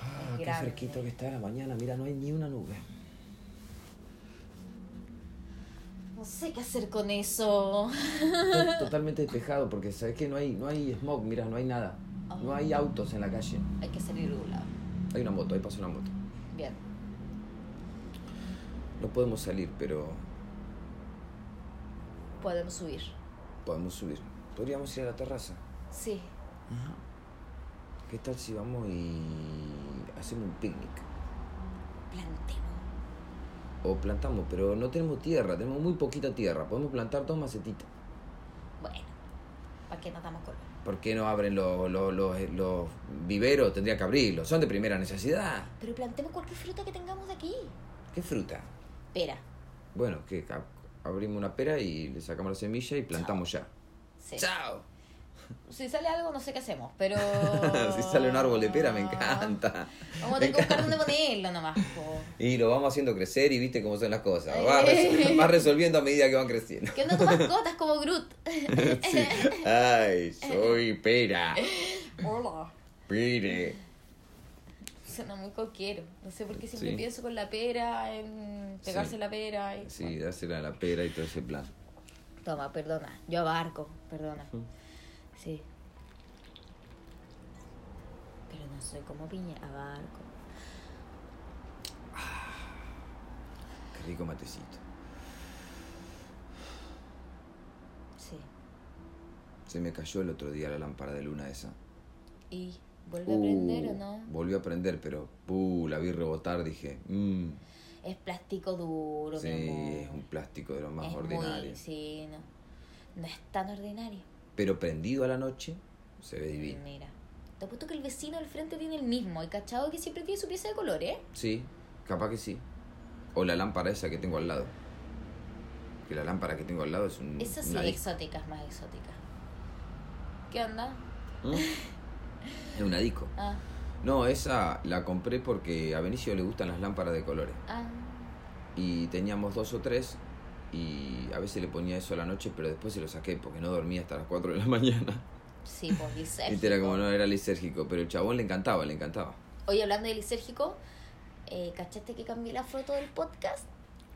[SPEAKER 3] Ah, qué
[SPEAKER 4] Grande.
[SPEAKER 3] fresquito que está la mañana. Mira, no hay ni una nube.
[SPEAKER 4] No sé qué hacer con eso.
[SPEAKER 3] Está totalmente despejado porque sabes que no hay, no hay smog, mira, no hay nada. No hay autos en la calle.
[SPEAKER 4] Hay que salir de un lado.
[SPEAKER 3] Hay una moto, ahí pasa una moto.
[SPEAKER 4] Bien.
[SPEAKER 3] No podemos salir, pero
[SPEAKER 4] Podemos subir.
[SPEAKER 3] podemos subir. Podríamos ir a la terraza.
[SPEAKER 4] Sí.
[SPEAKER 3] ¿Qué tal si vamos y hacemos un picnic?
[SPEAKER 4] Plantemos.
[SPEAKER 3] O plantamos, pero no tenemos tierra, tenemos muy poquita tierra. Podemos plantar dos macetitas.
[SPEAKER 4] Bueno. ¿Para qué nos damos color?
[SPEAKER 3] ¿Por qué no abren los, los, los, los viveros? Tendría que abrirlos. Son de primera necesidad.
[SPEAKER 4] Pero plantemos cualquier fruta que tengamos de aquí.
[SPEAKER 3] ¿Qué fruta?
[SPEAKER 4] Pera.
[SPEAKER 3] Bueno, que ab- abrimos una pera y le sacamos la semilla y plantamos
[SPEAKER 4] Sí.
[SPEAKER 3] ya. ¡Chao!
[SPEAKER 4] Si sale algo, no sé qué hacemos, pero.
[SPEAKER 3] si sale un árbol de pera, me encanta.
[SPEAKER 4] Vamos a tener que buscar dónde ponerlo nomás. po.
[SPEAKER 3] Y lo vamos haciendo crecer y viste cómo son las cosas.
[SPEAKER 4] Eh.
[SPEAKER 3] Va, res- va resolviendo a medida que van creciendo.
[SPEAKER 4] Que no tu mascota es como Groot.
[SPEAKER 3] Sí. Ay, soy pera.
[SPEAKER 4] Hola.
[SPEAKER 3] Pire.
[SPEAKER 4] Suena muy coquero. No sé por qué siempre
[SPEAKER 3] Sí.
[SPEAKER 4] pienso con la pera, en pegarse
[SPEAKER 3] Sí.
[SPEAKER 4] la pera. Y...
[SPEAKER 3] Sí, dásela a la pera y todo ese plan.
[SPEAKER 4] Toma, perdona. Yo abarco, perdona. Sí. Pero no soy como piña, abarco.
[SPEAKER 3] Qué rico matecito.
[SPEAKER 4] Sí.
[SPEAKER 3] Se me cayó el otro día la lámpara de luna esa.
[SPEAKER 4] ¿Y vuelve a prender o
[SPEAKER 3] Uh,
[SPEAKER 4] no?
[SPEAKER 3] Volvió a prender, pero uh, la vi rebotar, dije. Mmm.
[SPEAKER 4] Es plástico duro,
[SPEAKER 3] Sí,
[SPEAKER 4] mi amor.
[SPEAKER 3] es un plástico de los más
[SPEAKER 4] Es muy-
[SPEAKER 3] ordinarios.
[SPEAKER 4] sí, no. No es tan ordinario.
[SPEAKER 3] Pero prendido a la noche, se ve divino.
[SPEAKER 4] Mira. Te apuesto que el vecino al frente tiene el mismo. Y cachado que siempre tiene su pieza de color, ¿eh?
[SPEAKER 3] Sí, capaz que sí. O la lámpara esa que tengo al lado. Que la lámpara que tengo al lado es un.
[SPEAKER 4] Esa sí,
[SPEAKER 3] una disco.
[SPEAKER 4] exótica, es más exótica. ¿Qué onda?
[SPEAKER 3] ¿Mm? Es una disco.
[SPEAKER 4] Ah,
[SPEAKER 3] No, esa la compré porque a Benicio le gustan las lámparas de colores.
[SPEAKER 4] ah,
[SPEAKER 3] Y teníamos dos o tres. Y a veces le ponía eso a la noche, pero después se lo saqué porque no dormía hasta las 4 de la mañana.
[SPEAKER 4] sí, pues lisérgico.
[SPEAKER 3] Viste, era como no era lisérgico, pero el chabón le encantaba, le encantaba.
[SPEAKER 4] Oye, hablando de lisérgico, eh, ¿cachaste que cambié la foto del podcast?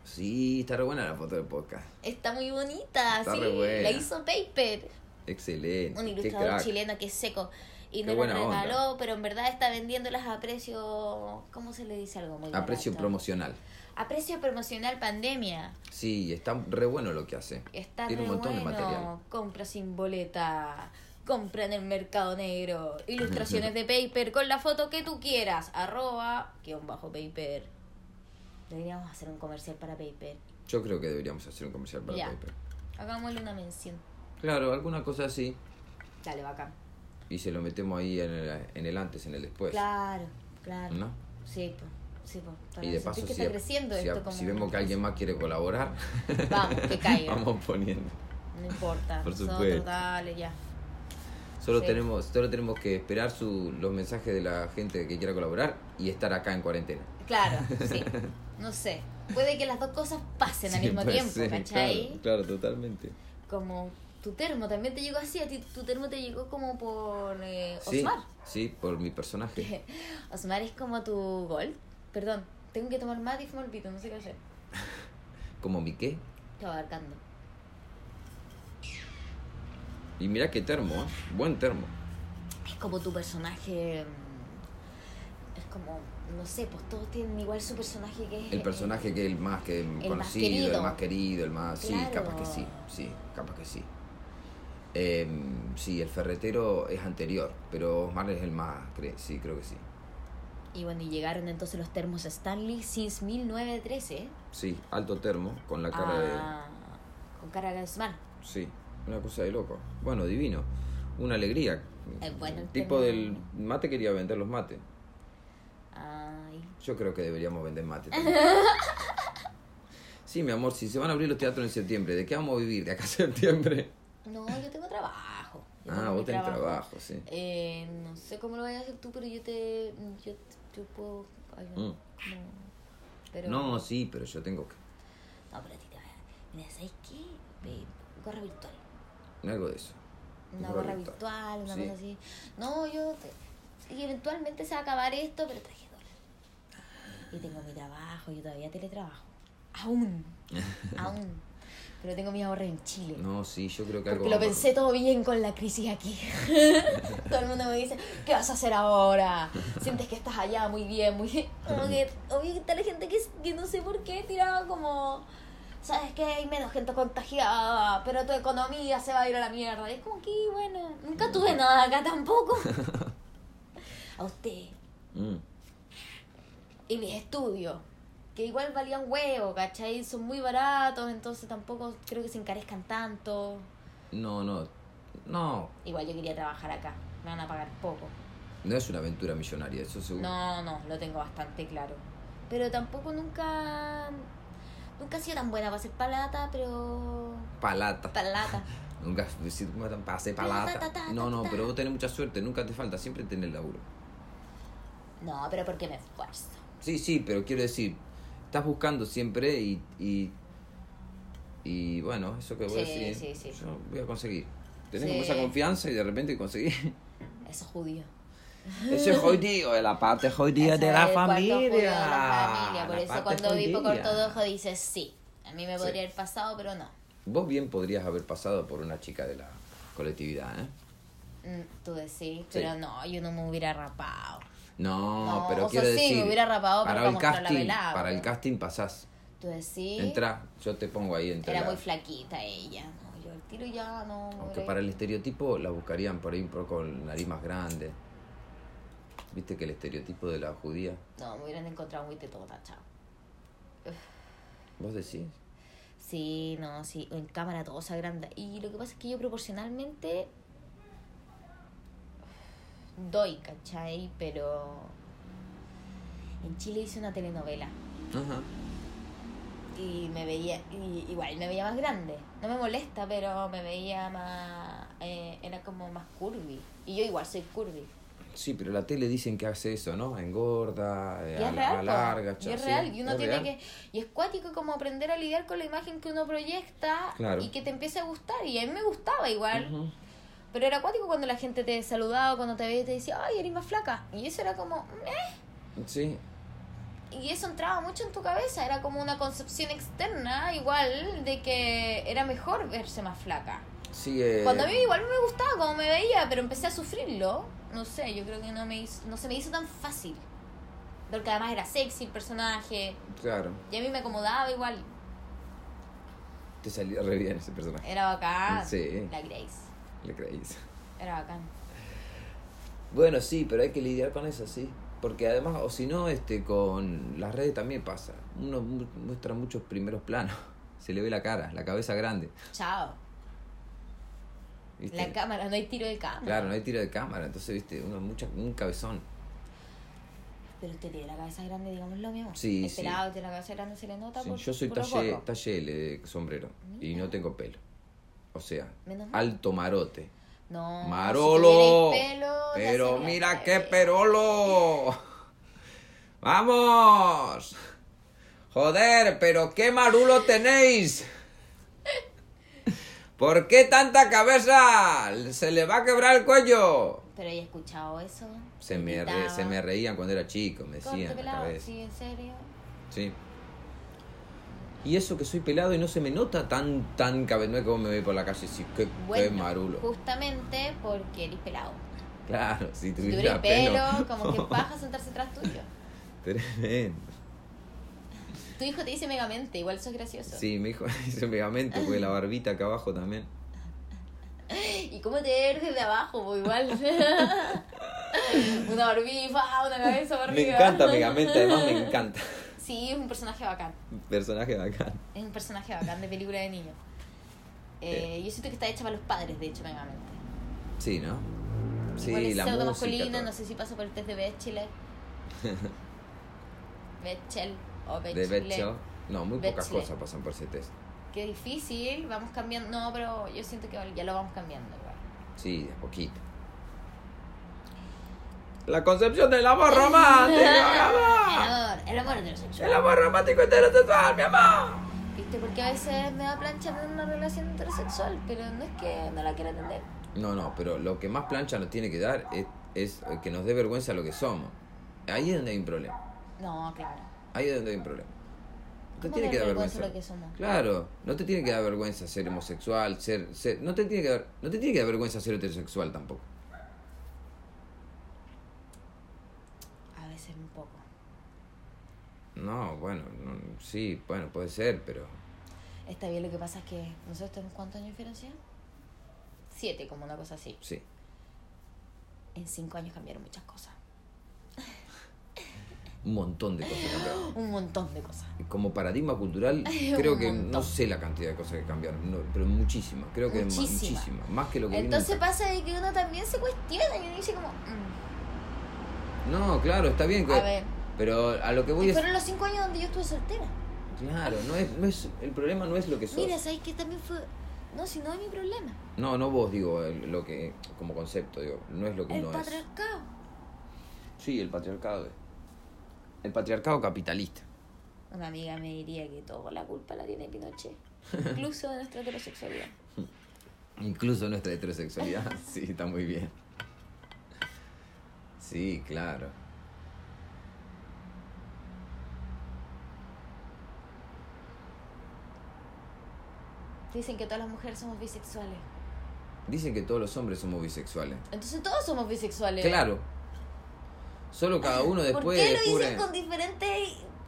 [SPEAKER 3] Sí, está re buena la foto del podcast.
[SPEAKER 4] Está muy bonita,
[SPEAKER 3] Está
[SPEAKER 4] sí.
[SPEAKER 3] re buena.
[SPEAKER 4] La hizo Paper,
[SPEAKER 3] Excelente.
[SPEAKER 4] un
[SPEAKER 3] qué
[SPEAKER 4] ilustrador
[SPEAKER 3] crack.
[SPEAKER 4] chileno que es seco. Y
[SPEAKER 3] Qué
[SPEAKER 4] no
[SPEAKER 3] buena
[SPEAKER 4] las
[SPEAKER 3] onda.
[SPEAKER 4] regaló, pero en verdad está vendiéndolas a precio. ¿Cómo se le dice algo muy
[SPEAKER 3] A precio
[SPEAKER 4] barato?
[SPEAKER 3] promocional.
[SPEAKER 4] A precio promocional pandemia.
[SPEAKER 3] Sí, está re bueno lo que hace.
[SPEAKER 4] Está
[SPEAKER 3] Tiene un
[SPEAKER 4] re
[SPEAKER 3] montón
[SPEAKER 4] bueno.
[SPEAKER 3] de material.
[SPEAKER 4] Compra sin boleta. Compra en el mercado negro. Ilustraciones de paper con la foto que tú quieras. Arroba guión bajo paper. Deberíamos hacer un comercial para paper.
[SPEAKER 3] Yo creo que deberíamos hacer un comercial para
[SPEAKER 4] Ya.
[SPEAKER 3] Paper.
[SPEAKER 4] Hagámosle una mención.
[SPEAKER 3] Claro, alguna cosa así.
[SPEAKER 4] Dale, bacán.
[SPEAKER 3] Y se lo metemos ahí en el, en el antes, en el después.
[SPEAKER 4] Claro, claro.
[SPEAKER 3] pues, ¿No?
[SPEAKER 4] Sí, po. Sí, po. Para
[SPEAKER 3] Y de
[SPEAKER 4] sentir
[SPEAKER 3] paso,
[SPEAKER 4] que
[SPEAKER 3] si,
[SPEAKER 4] está creciendo
[SPEAKER 3] si-
[SPEAKER 4] esto como
[SPEAKER 3] si vemos que alguien más quiere colaborar,
[SPEAKER 4] Vamos, que caiga.
[SPEAKER 3] vamos poniendo.
[SPEAKER 4] No importa.
[SPEAKER 3] Por
[SPEAKER 4] Nosotros,
[SPEAKER 3] supuesto.
[SPEAKER 4] dale, ya.
[SPEAKER 3] Solo,
[SPEAKER 4] Sí.
[SPEAKER 3] tenemos, solo tenemos que esperar su, los mensajes de la gente que quiera colaborar y estar acá en cuarentena.
[SPEAKER 4] Claro, sí. No sé. Puede que las dos cosas pasen al
[SPEAKER 3] Sí,
[SPEAKER 4] mismo
[SPEAKER 3] puede
[SPEAKER 4] tiempo,
[SPEAKER 3] ser,
[SPEAKER 4] ¿cachai?
[SPEAKER 3] Claro, claro, totalmente.
[SPEAKER 4] como tu termo también te llegó así, a ti tu termo te llegó como por eh,
[SPEAKER 3] Sí,
[SPEAKER 4] Osmar.
[SPEAKER 3] sí, por mi personaje.
[SPEAKER 4] Osmar es como tu gol. Perdón, tengo que tomar mate y fumar pito, no sé qué hacer.
[SPEAKER 3] Como mi qué.
[SPEAKER 4] Estaba abarcando.
[SPEAKER 3] Y mira qué termo, ¿eh? buen termo.
[SPEAKER 4] Es como tu personaje. mm, Es como, no sé, pues todos tienen igual su personaje que es.
[SPEAKER 3] El personaje que es el más que conocido,
[SPEAKER 4] más
[SPEAKER 3] el
[SPEAKER 4] querido.
[SPEAKER 3] más querido, el más. Sí,
[SPEAKER 4] Claro.
[SPEAKER 3] capaz que sí, sí, capaz que sí. Em, sí, el ferretero es anterior, pero Osmar es el más, cre- sí, creo que sí.
[SPEAKER 4] Y bueno, y llegaron entonces los termos Stanley since 1913.
[SPEAKER 3] Sí, alto termo, con la cara
[SPEAKER 4] Ah, Con cara de Osmar.
[SPEAKER 3] de. Sí, una cosa de loco. Bueno, divino. Una alegría.
[SPEAKER 4] Es bueno el
[SPEAKER 3] tipo
[SPEAKER 4] termo.
[SPEAKER 3] del mate quería vender los mates.
[SPEAKER 4] Ah, ahí.
[SPEAKER 3] Yo creo que deberíamos vender mate. también. Sí, mi amor, si se van a abrir los teatros en septiembre, ¿de qué vamos a vivir de acá a septiembre?
[SPEAKER 4] No, yo tengo trabajo. Yo
[SPEAKER 3] Ah,
[SPEAKER 4] tengo
[SPEAKER 3] vos
[SPEAKER 4] mi
[SPEAKER 3] tenés trabajo, sí.
[SPEAKER 4] Eh, no sé cómo lo vayas a hacer tú, pero yo te. Yo, yo puedo. ay, no,
[SPEAKER 3] Mm.
[SPEAKER 4] no, pero,
[SPEAKER 3] No, sí, pero yo tengo que...
[SPEAKER 4] No, pero a ti te va a. Mira, ¿sabes qué? Ve, gorra virtual.
[SPEAKER 3] algo de eso.
[SPEAKER 4] Una
[SPEAKER 3] Gorra
[SPEAKER 4] gorra
[SPEAKER 3] virtual.
[SPEAKER 4] virtual, una
[SPEAKER 3] Sí.
[SPEAKER 4] cosa así. No, yo. te- y eventualmente se va a acabar esto, pero traje dólar. Y tengo mi trabajo, yo todavía teletrabajo. Aún. Aún. Pero tengo mis ahorros en Chile.
[SPEAKER 3] No, sí, yo creo que algo...
[SPEAKER 4] Porque lo
[SPEAKER 3] vamos a-
[SPEAKER 4] pensé todo bien con la crisis aquí. todo el mundo me dice, ¿qué vas a hacer ahora? Sientes que estás allá muy bien, muy bien. Como que, obvio que está la gente que, que no sé por qué tiraba como, ¿sabes qué? Hay menos gente contagiada, pero tu economía se va a ir a la mierda. Y es como que, bueno, nunca tuve nada acá tampoco. a usted
[SPEAKER 3] Mm.
[SPEAKER 4] y mis estudios. Que igual valían huevo, ¿cachai? Son muy baratos, entonces tampoco creo que se encarezcan tanto.
[SPEAKER 3] No, no. No.
[SPEAKER 4] Igual yo quería trabajar acá, me van a pagar poco.
[SPEAKER 3] No es una aventura millonaria, eso seguro.
[SPEAKER 4] No, no, lo tengo bastante claro. Pero tampoco nunca. Nunca he sido tan buena para hacer palata, pero.
[SPEAKER 3] Palata.
[SPEAKER 4] Palata.
[SPEAKER 3] Nunca si tú me dan pase
[SPEAKER 4] Ta, ta, ta,
[SPEAKER 3] palata.
[SPEAKER 4] ta,
[SPEAKER 3] No, no,
[SPEAKER 4] ta, ta.
[SPEAKER 3] pero vos tenés mucha suerte, nunca te falta, siempre tenés laburo.
[SPEAKER 4] No, pero porque me esfuerzo.
[SPEAKER 3] Sí, sí, pero quiero decir, estás buscando siempre y. y, y bueno, eso que voy a
[SPEAKER 4] Sí,
[SPEAKER 3] decir.
[SPEAKER 4] sí, sí, sí.
[SPEAKER 3] Yo voy a conseguir. Tenés
[SPEAKER 4] Sí.
[SPEAKER 3] como esa confianza y de repente conseguí.
[SPEAKER 4] Eso es judío.
[SPEAKER 3] Eso es jodido, es la parte jodida
[SPEAKER 4] Eso
[SPEAKER 3] de
[SPEAKER 4] es
[SPEAKER 3] la
[SPEAKER 4] el cuarto judío de
[SPEAKER 3] familia.
[SPEAKER 4] la familia. Por
[SPEAKER 3] La
[SPEAKER 4] eso
[SPEAKER 3] parte
[SPEAKER 4] cuando vivo
[SPEAKER 3] jodida.
[SPEAKER 4] cortodojo dices sí. A mí me
[SPEAKER 3] Sí.
[SPEAKER 4] podría haber pasado, pero no.
[SPEAKER 3] Vos bien podrías haber pasado por una chica de la colectividad, ¿eh?
[SPEAKER 4] Mm, Tú decís, pero no, yo no me hubiera rapado.
[SPEAKER 3] No,
[SPEAKER 4] No,
[SPEAKER 3] pero
[SPEAKER 4] o
[SPEAKER 3] quiero
[SPEAKER 4] sea, sí,
[SPEAKER 3] decir.
[SPEAKER 4] me hubiera rapado, pero
[SPEAKER 3] para
[SPEAKER 4] para
[SPEAKER 3] el
[SPEAKER 4] mostrar la
[SPEAKER 3] casting,
[SPEAKER 4] velada,
[SPEAKER 3] para el
[SPEAKER 4] pero-
[SPEAKER 3] casting pasás.
[SPEAKER 4] Tú decís.
[SPEAKER 3] Entrá, yo te pongo ahí entre
[SPEAKER 4] Era
[SPEAKER 3] la-
[SPEAKER 4] muy flaquita ella. No, yo el tiro ya no. me
[SPEAKER 3] Aunque
[SPEAKER 4] hubiera-
[SPEAKER 3] para el estereotipo la buscarían por ahí un poco con nariz más grande. Viste que el estereotipo de la judía,
[SPEAKER 4] No, me hubieran encontrado muy tetona, chao.
[SPEAKER 3] vos decís.
[SPEAKER 4] Sí, no, sí, en cámara todo se agranda. Y lo que pasa es que yo proporcionalmente doy, ¿cachai? Pero en Chile hice una telenovela
[SPEAKER 3] Ajá.
[SPEAKER 4] y me veía, y igual me veía más grande. No me molesta, pero me veía más, eh, era como más curvy. Y yo igual soy curvy.
[SPEAKER 3] Sí, pero la tele dicen que hace eso, ¿no? Engorda, eh,
[SPEAKER 4] Y es real, po.
[SPEAKER 3] alarga,
[SPEAKER 4] y
[SPEAKER 3] cha-
[SPEAKER 4] es
[SPEAKER 3] sí,
[SPEAKER 4] real, y uno
[SPEAKER 3] es
[SPEAKER 4] tiene
[SPEAKER 3] real.
[SPEAKER 4] que, y es cuático como aprender a lidiar con la imagen que uno proyecta
[SPEAKER 3] Claro.
[SPEAKER 4] y que te empiece a gustar, y a mí me gustaba igual,
[SPEAKER 3] Ujú.
[SPEAKER 4] pero era cuático cuando la gente te saludaba, cuando te veía y te decía, ay, eres más flaca, y eso era como, "Eh".
[SPEAKER 3] Sí,
[SPEAKER 4] y eso entraba mucho en tu cabeza, era como una concepción externa igual de que era mejor verse más flaca.
[SPEAKER 3] sí. eh,
[SPEAKER 4] Cuando a mí igual me gustaba como me veía, pero empecé a sufrirlo. No sé, yo creo que no, me hizo- no se me hizo tan fácil. Porque además era sexy el personaje.
[SPEAKER 3] Claro,
[SPEAKER 4] Y a mí me acomodaba igual.
[SPEAKER 3] te salía re bien ese personaje,
[SPEAKER 4] Era bacán.
[SPEAKER 3] Sí.
[SPEAKER 4] La Grace.
[SPEAKER 3] le creís.
[SPEAKER 4] Era bacán.
[SPEAKER 3] Bueno, sí, pero hay que lidiar con eso, sí. Porque además, o si no, este, con las redes también pasa. Uno mu- muestra muchos primeros planos. Se le ve la cara, la cabeza grande.
[SPEAKER 4] Chao.
[SPEAKER 3] ¿viste?
[SPEAKER 4] La cámara, no hay tiro de cámara.
[SPEAKER 3] Claro, no hay tiro de cámara, entonces, viste, uno mucha, un cabezón.
[SPEAKER 4] Pero usted tiene la cabeza grande, digámoslo, mi amor.
[SPEAKER 3] Sí,
[SPEAKER 4] El
[SPEAKER 3] sí.
[SPEAKER 4] pelado Este tiene la cabeza grande, se le nota
[SPEAKER 3] Sí,
[SPEAKER 4] por
[SPEAKER 3] yo soy
[SPEAKER 4] por los
[SPEAKER 3] talle,
[SPEAKER 4] gorros.
[SPEAKER 3] talle L de sombrero y no tengo pelo. O sea,
[SPEAKER 4] Menos mal.
[SPEAKER 3] alto marote.
[SPEAKER 4] No.
[SPEAKER 3] ¡Marolo!
[SPEAKER 4] si tuvierais pelo, ya
[SPEAKER 3] pero
[SPEAKER 4] sería
[SPEAKER 3] mira
[SPEAKER 4] grave.
[SPEAKER 3] qué perolo. ¡Vamos! Joder, pero qué marulo tenéis. ¿Por qué tanta cabeza? Se le va a quebrar el cuello.
[SPEAKER 4] Pero he escuchado eso.
[SPEAKER 3] Se me, re-
[SPEAKER 4] Gritaba.
[SPEAKER 3] se me reían cuando era chico, me
[SPEAKER 4] Corte
[SPEAKER 3] decían. la
[SPEAKER 4] pelado,
[SPEAKER 3] cabeza.
[SPEAKER 4] sí, en serio.
[SPEAKER 3] Sí. Y eso que soy pelado y no se me nota tan, tan cabezón. No es como me voy por la calle sí, qué, qué
[SPEAKER 4] Bueno,
[SPEAKER 3] marulo.
[SPEAKER 4] justamente porque eres pelado.
[SPEAKER 3] Claro, si
[SPEAKER 4] Si
[SPEAKER 3] tuviera
[SPEAKER 4] tuvierais pelo,
[SPEAKER 3] pelo.
[SPEAKER 4] como que paja sentarse atrás tuyo.
[SPEAKER 3] Tremendo.
[SPEAKER 4] Tu hijo te dice megamente, igual sos gracioso.
[SPEAKER 3] Sí, mi hijo dice pegamento, porque la barbita acá abajo también.
[SPEAKER 4] ¿Y cómo te ves desde abajo? Pues igual. una barbifa, una cabeza para
[SPEAKER 3] Me
[SPEAKER 4] arriba.
[SPEAKER 3] encanta pegamento, además me encanta.
[SPEAKER 4] Sí, es un personaje bacán.
[SPEAKER 3] Personaje bacán.
[SPEAKER 4] Es un personaje bacán de película de niño. Eh, Yo siento que está hecha para los padres, de hecho, megamente.
[SPEAKER 3] Sí, ¿no? Sí,
[SPEAKER 4] igual es
[SPEAKER 3] la
[SPEAKER 4] pseudo
[SPEAKER 3] música.
[SPEAKER 4] masculina,
[SPEAKER 3] todo.
[SPEAKER 4] no sé si pasa por el test de Bechtle. Betchel o
[SPEAKER 3] de
[SPEAKER 4] Bechle.
[SPEAKER 3] Betcho. No, muy pocas
[SPEAKER 4] Bechle.
[SPEAKER 3] cosas pasan por ese test.
[SPEAKER 4] Qué difícil, vamos cambiando. No, pero yo siento que ya lo vamos cambiando igual.
[SPEAKER 3] Sí, de a poquito. La concepción del amor romántico, mi amor.
[SPEAKER 4] El amor, el amor heterosexual.
[SPEAKER 3] El amor romántico heterosexual, mi amor.
[SPEAKER 4] ¿Viste? Porque a veces me va a planchar en una relación heterosexual, pero no es que no la quiera atender.
[SPEAKER 3] No, no, pero lo que más plancha nos tiene que dar es, es que nos dé vergüenza lo que somos. Ahí es donde hay un problema.
[SPEAKER 4] No, claro.
[SPEAKER 3] Ahí es donde hay un problema. No te
[SPEAKER 4] ¿Cómo
[SPEAKER 3] tiene
[SPEAKER 4] dar
[SPEAKER 3] que dar
[SPEAKER 4] vergüenza
[SPEAKER 3] vergüenza.
[SPEAKER 4] lo que somos?
[SPEAKER 3] Claro, no te tiene que dar vergüenza ser homosexual, ser, ser- no te tiene que dar, no te tiene que dar vergüenza ser heterosexual tampoco.
[SPEAKER 4] A veces un poco.
[SPEAKER 3] No, bueno, no- sí, bueno, puede ser, pero
[SPEAKER 4] Está bien, lo que pasa es que nosotros tenemos cuántos años de diferencia? Siete, como una cosa así.
[SPEAKER 3] sí.
[SPEAKER 4] En cinco años cambiaron muchas cosas.
[SPEAKER 3] Un montón de cosas cambiaron.
[SPEAKER 4] Un montón de cosas.
[SPEAKER 3] Como paradigma cultural,
[SPEAKER 4] Ay,
[SPEAKER 3] creo
[SPEAKER 4] un
[SPEAKER 3] que no
[SPEAKER 4] montón.
[SPEAKER 3] sé la cantidad de cosas que cambiaron, no, pero muchísimas, creo que ma- muchísimas,
[SPEAKER 4] Muchísimas.
[SPEAKER 3] más que lo que vino
[SPEAKER 4] Entonces pasa de que uno también se cuestiona y uno dice como... mm.
[SPEAKER 3] No, claro, está bien. que-
[SPEAKER 4] A ver.
[SPEAKER 3] Pero a lo que voy
[SPEAKER 4] Y
[SPEAKER 3] es.
[SPEAKER 4] fueron los cinco años donde yo estuve soltera.
[SPEAKER 3] Claro, no es, no es, el problema no es lo que sos.
[SPEAKER 4] Mira, ¿sabes qué? También fue... No, si no es mi problema.
[SPEAKER 3] No, no vos, digo, el- lo que. Como concepto, digo. No es lo que
[SPEAKER 4] El
[SPEAKER 3] uno es.
[SPEAKER 4] patriarcado.
[SPEAKER 3] Sí, el patriarcado. eh. El patriarcado capitalista.
[SPEAKER 4] Una amiga me diría que toda la culpa la tiene Pinochet. Incluso de nuestra heterosexualidad.
[SPEAKER 3] Incluso nuestra heterosexualidad. sí, está muy bien. Sí, claro.
[SPEAKER 4] Dicen que todas las mujeres somos bisexuales.
[SPEAKER 3] Dicen que todos los hombres somos bisexuales.
[SPEAKER 4] Entonces todos somos bisexuales.
[SPEAKER 3] Claro. Solo cada uno después
[SPEAKER 4] ¿Por qué lo
[SPEAKER 3] descubre.
[SPEAKER 4] dicen con diferentes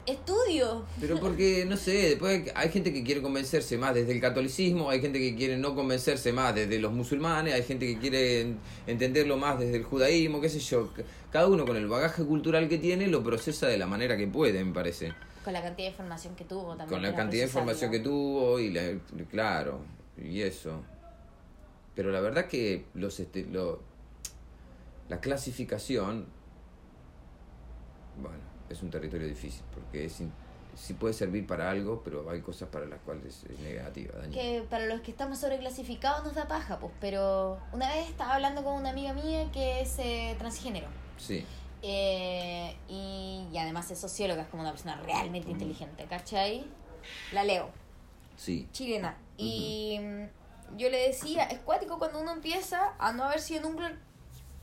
[SPEAKER 4] estudios?
[SPEAKER 3] Pero porque, no sé, después hay gente que quiere convencerse más desde el catolicismo, hay gente que quiere no convencerse más desde los musulmanes, hay gente que quiere en- entenderlo más desde el judaísmo, qué sé yo. C- Cada uno con el bagaje cultural que tiene lo procesa de la manera que puede, me parece.
[SPEAKER 4] Con la cantidad de información que tuvo también.
[SPEAKER 3] Con la
[SPEAKER 4] para
[SPEAKER 3] cantidad de
[SPEAKER 4] procesarlo.
[SPEAKER 3] información que tuvo y la- claro, y eso. Pero la verdad que los este- lo- la clasificación, bueno, es un territorio difícil porque es in- sí puede servir para algo, pero hay cosas para las cuales es negativa, dañina.
[SPEAKER 4] Que para los que estamos sobreclasificados nos da paja, pues. Pero una vez estaba hablando con una amiga mía que es eh, transgénero.
[SPEAKER 3] Sí,
[SPEAKER 4] Eh, y, y además es socióloga, es como una persona realmente
[SPEAKER 3] Mm.
[SPEAKER 4] inteligente, ¿cachai? La leo.
[SPEAKER 3] sí,
[SPEAKER 4] chilena. Y mm, yo le decía, es cuático cuando uno empieza a no haber sido nunca,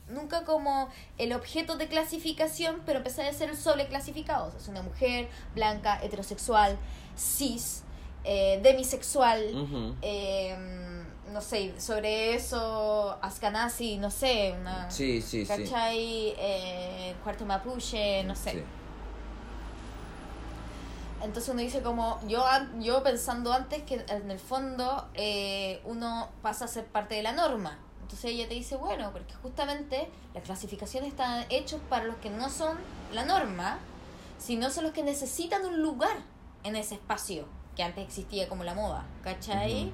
[SPEAKER 4] nunca como el objeto de clasificación, pero empezar a ser el sobreclasificado. O sea, es una mujer blanca, heterosexual, cis, eh, demisexual,
[SPEAKER 3] Ujú.
[SPEAKER 4] eh, no sé, sobre eso, Ascanazi, no sé, una...
[SPEAKER 3] sí, sí, sí.
[SPEAKER 4] ¿Cachai? Eh, cuarto mapuche, no sé.
[SPEAKER 3] Sí.
[SPEAKER 4] Entonces uno dice como, yo, an- yo pensando antes que en el fondo eh, uno pasa a ser parte de la norma. Entonces ella te dice, bueno, porque justamente las clasificaciones están hechas para los que no son la norma, sino son los que necesitan un lugar en ese espacio que antes existía como la moda, ¿cachai?
[SPEAKER 3] Ujú.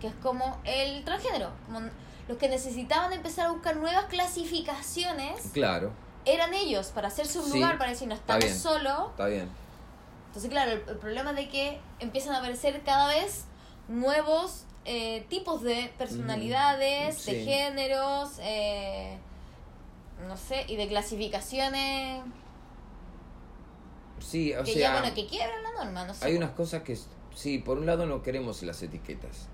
[SPEAKER 4] Que es como el transgénero, como n- los que necesitaban empezar a buscar nuevas clasificaciones
[SPEAKER 3] Claro,
[SPEAKER 4] eran ellos para hacerse un
[SPEAKER 3] Sí,
[SPEAKER 4] lugar, para decir no
[SPEAKER 3] está
[SPEAKER 4] estamos
[SPEAKER 3] bien.
[SPEAKER 4] solos.
[SPEAKER 3] está bien.
[SPEAKER 4] Entonces, claro, el, el problema es de que empiezan a aparecer cada vez nuevos eh, tipos de personalidades,
[SPEAKER 3] Mm, sí.
[SPEAKER 4] de géneros, eh, no sé, y de clasificaciones
[SPEAKER 3] Sí, o
[SPEAKER 4] que
[SPEAKER 3] sea,
[SPEAKER 4] ya, bueno, que quiebran la norma, no sé.
[SPEAKER 3] hay
[SPEAKER 4] po.
[SPEAKER 3] unas cosas que, s- sí, por un lado no queremos las etiquetas.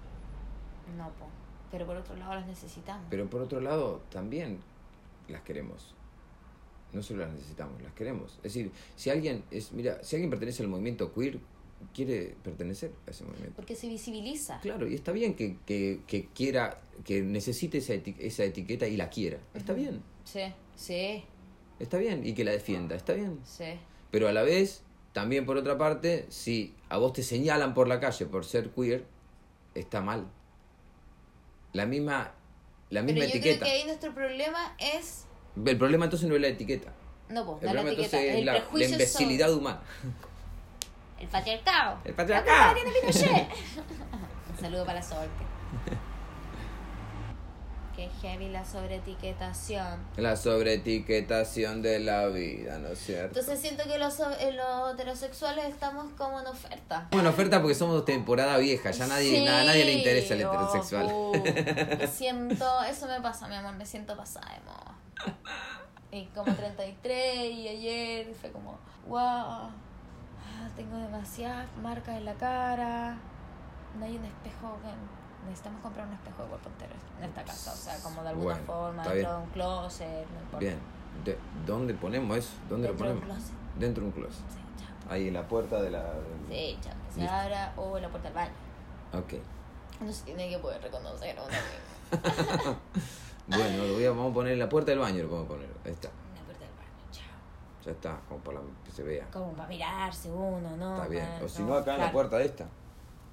[SPEAKER 4] No, po. pero por otro lado las necesitamos.
[SPEAKER 3] Pero por otro lado, también las queremos. No solo las necesitamos, las queremos. Es decir, si alguien es, mira, si alguien pertenece al movimiento queer, quiere pertenecer a ese movimiento.
[SPEAKER 4] Porque se visibiliza.
[SPEAKER 3] Claro, y está bien que, que, que quiera, que necesite esa, eti- esa etiqueta y la quiera. Está bien,
[SPEAKER 4] Sí, sí,
[SPEAKER 3] está bien, y que la defienda, está bien.
[SPEAKER 4] sí.
[SPEAKER 3] Pero a la vez, también por otra parte, si a vos te señalan por la calle por ser queer, está mal. La misma, la
[SPEAKER 4] Pero
[SPEAKER 3] misma
[SPEAKER 4] yo
[SPEAKER 3] etiqueta.
[SPEAKER 4] creo que ahí nuestro problema es.
[SPEAKER 3] El problema entonces no es la etiqueta.
[SPEAKER 4] No, po,
[SPEAKER 3] El
[SPEAKER 4] no la
[SPEAKER 3] problema
[SPEAKER 4] etiqueta,
[SPEAKER 3] entonces es
[SPEAKER 4] el
[SPEAKER 3] la, la
[SPEAKER 4] prejuicio sobre-
[SPEAKER 3] imbecilidad humana.
[SPEAKER 4] El patriarcado.
[SPEAKER 3] El
[SPEAKER 4] La
[SPEAKER 3] patriarcado.
[SPEAKER 4] culpa la tiene Pinochet. Un saludo para la Sorte. que heavy la sobreetiquetación.
[SPEAKER 3] La sobreetiquetación de la vida, ¿no es cierto?
[SPEAKER 4] Entonces siento que los, so- eh, los heterosexuales estamos como en oferta.
[SPEAKER 3] Bueno, oferta porque somos temporada vieja, ya nadie,
[SPEAKER 4] Sí,
[SPEAKER 3] nada, nadie le interesa el
[SPEAKER 4] oh,
[SPEAKER 3] heterosexual.
[SPEAKER 4] uh, me siento, eso me pasa, mi amor, me siento pasada de moda. Y como 33 y ayer fue como, wow, ah, tengo demasiadas marcas en la cara. No hay un espejo, bueno, necesitamos comprar un espejo de cuerpo entero en esta casa, o sea, como de alguna
[SPEAKER 3] Bueno,
[SPEAKER 4] forma,
[SPEAKER 3] está
[SPEAKER 4] dentro
[SPEAKER 3] bien.
[SPEAKER 4] de un closet, no importa.
[SPEAKER 3] Bien, ¿De- ¿dónde ponemos eso? ¿Dónde
[SPEAKER 4] Dentro de
[SPEAKER 3] lo
[SPEAKER 4] un
[SPEAKER 3] ponemos?
[SPEAKER 4] closet.
[SPEAKER 3] Dentro de un closet.
[SPEAKER 4] Sí, chao.
[SPEAKER 3] Ahí en la puerta de la...
[SPEAKER 4] Sí, chao, que se
[SPEAKER 3] Listo.
[SPEAKER 4] abra o en la puerta del baño.
[SPEAKER 3] Ok.
[SPEAKER 4] No se tiene que poder reconocer a uno mismo.
[SPEAKER 3] Bueno, lo voy a, vamos a poner en la puerta del baño, lo vamos a poner. Ahí está,
[SPEAKER 4] En la puerta del baño, chao.
[SPEAKER 3] ya está, como para que se vea.
[SPEAKER 4] Como para mirarse uno, Ah, ¿no?
[SPEAKER 3] Está bien.
[SPEAKER 4] Para-
[SPEAKER 3] O si no, acá en la
[SPEAKER 4] claro.
[SPEAKER 3] puerta de esta.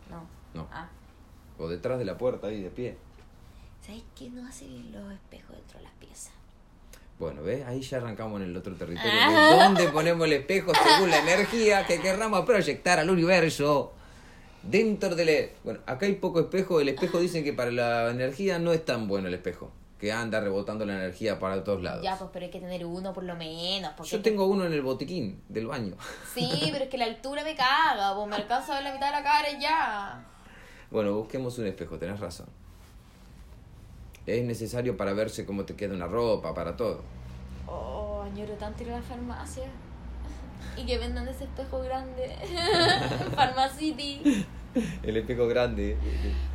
[SPEAKER 4] No.
[SPEAKER 3] No.
[SPEAKER 4] Ah.
[SPEAKER 3] O detrás de la puerta ahí de pie.
[SPEAKER 4] ¿Sabes qué? No hacen los espejos dentro de las piezas.
[SPEAKER 3] Bueno, ¿ves? Ahí ya arrancamos en el otro territorio.
[SPEAKER 4] Ah.
[SPEAKER 3] de ¿Dónde ponemos el espejo según la energía que querramos proyectar al universo? Dentro del... e, Bueno, acá hay poco espejo. El espejo dicen que para la energía no es tan bueno el espejo. Que anda rebotando la energía para todos lados.
[SPEAKER 4] Ya, pues, pero hay que tener uno por lo menos. Porque
[SPEAKER 3] Yo tengo uno en el botiquín del baño.
[SPEAKER 4] Sí, pero es que la altura me caga, pues me alcanza a ver la mitad de la cara y ya.
[SPEAKER 3] Bueno, busquemos un espejo, tenés razón. Es necesario para verse cómo te queda una ropa, para todo.
[SPEAKER 4] Oh, añoro tanto ir a la farmacia. Y que vendan ese espejo grande. Farmacity.
[SPEAKER 3] El espejo grande.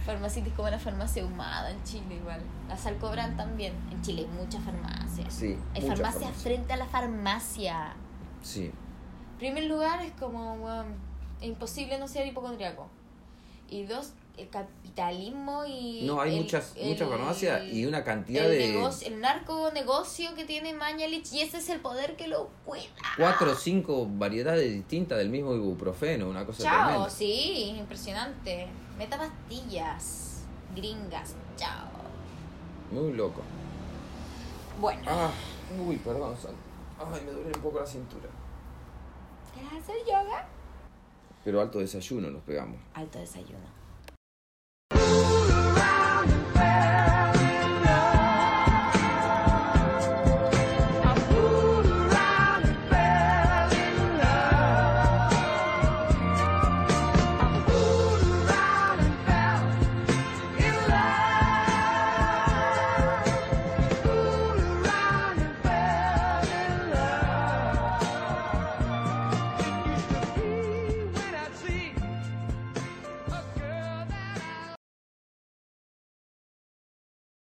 [SPEAKER 4] Farmacity es como la farmacia ahumada en Chile igual. La sal cobran también. En Chile hay muchas farmacias.
[SPEAKER 3] Sí.
[SPEAKER 4] Hay
[SPEAKER 3] mucha
[SPEAKER 4] farmacias
[SPEAKER 3] farmacia.
[SPEAKER 4] frente a la farmacia.
[SPEAKER 3] Sí.
[SPEAKER 4] primer lugar es como weón, imposible no ser hipocondriaco y dos el capitalismo y
[SPEAKER 3] No, hay
[SPEAKER 4] el-
[SPEAKER 3] muchas,
[SPEAKER 4] el-
[SPEAKER 3] muchas farmacias y una cantidad
[SPEAKER 4] el
[SPEAKER 3] de
[SPEAKER 4] negocio- el narco negocio que tiene Mañalich y ese es el poder que lo cuida
[SPEAKER 3] cuatro o cinco variedades distintas del mismo ibuprofeno, una cosa
[SPEAKER 4] chao
[SPEAKER 3] tremenda.
[SPEAKER 4] sí impresionante meta pastillas gringas chao
[SPEAKER 3] Muy loco.
[SPEAKER 4] bueno
[SPEAKER 3] Ah, uy, perdón, Santi. Ay, me duele un poco la cintura. Ah.
[SPEAKER 4] ¿quieres hacer yoga?
[SPEAKER 3] Pero alto desayuno nos pegamos.
[SPEAKER 4] alto desayuno
[SPEAKER 2] Round and round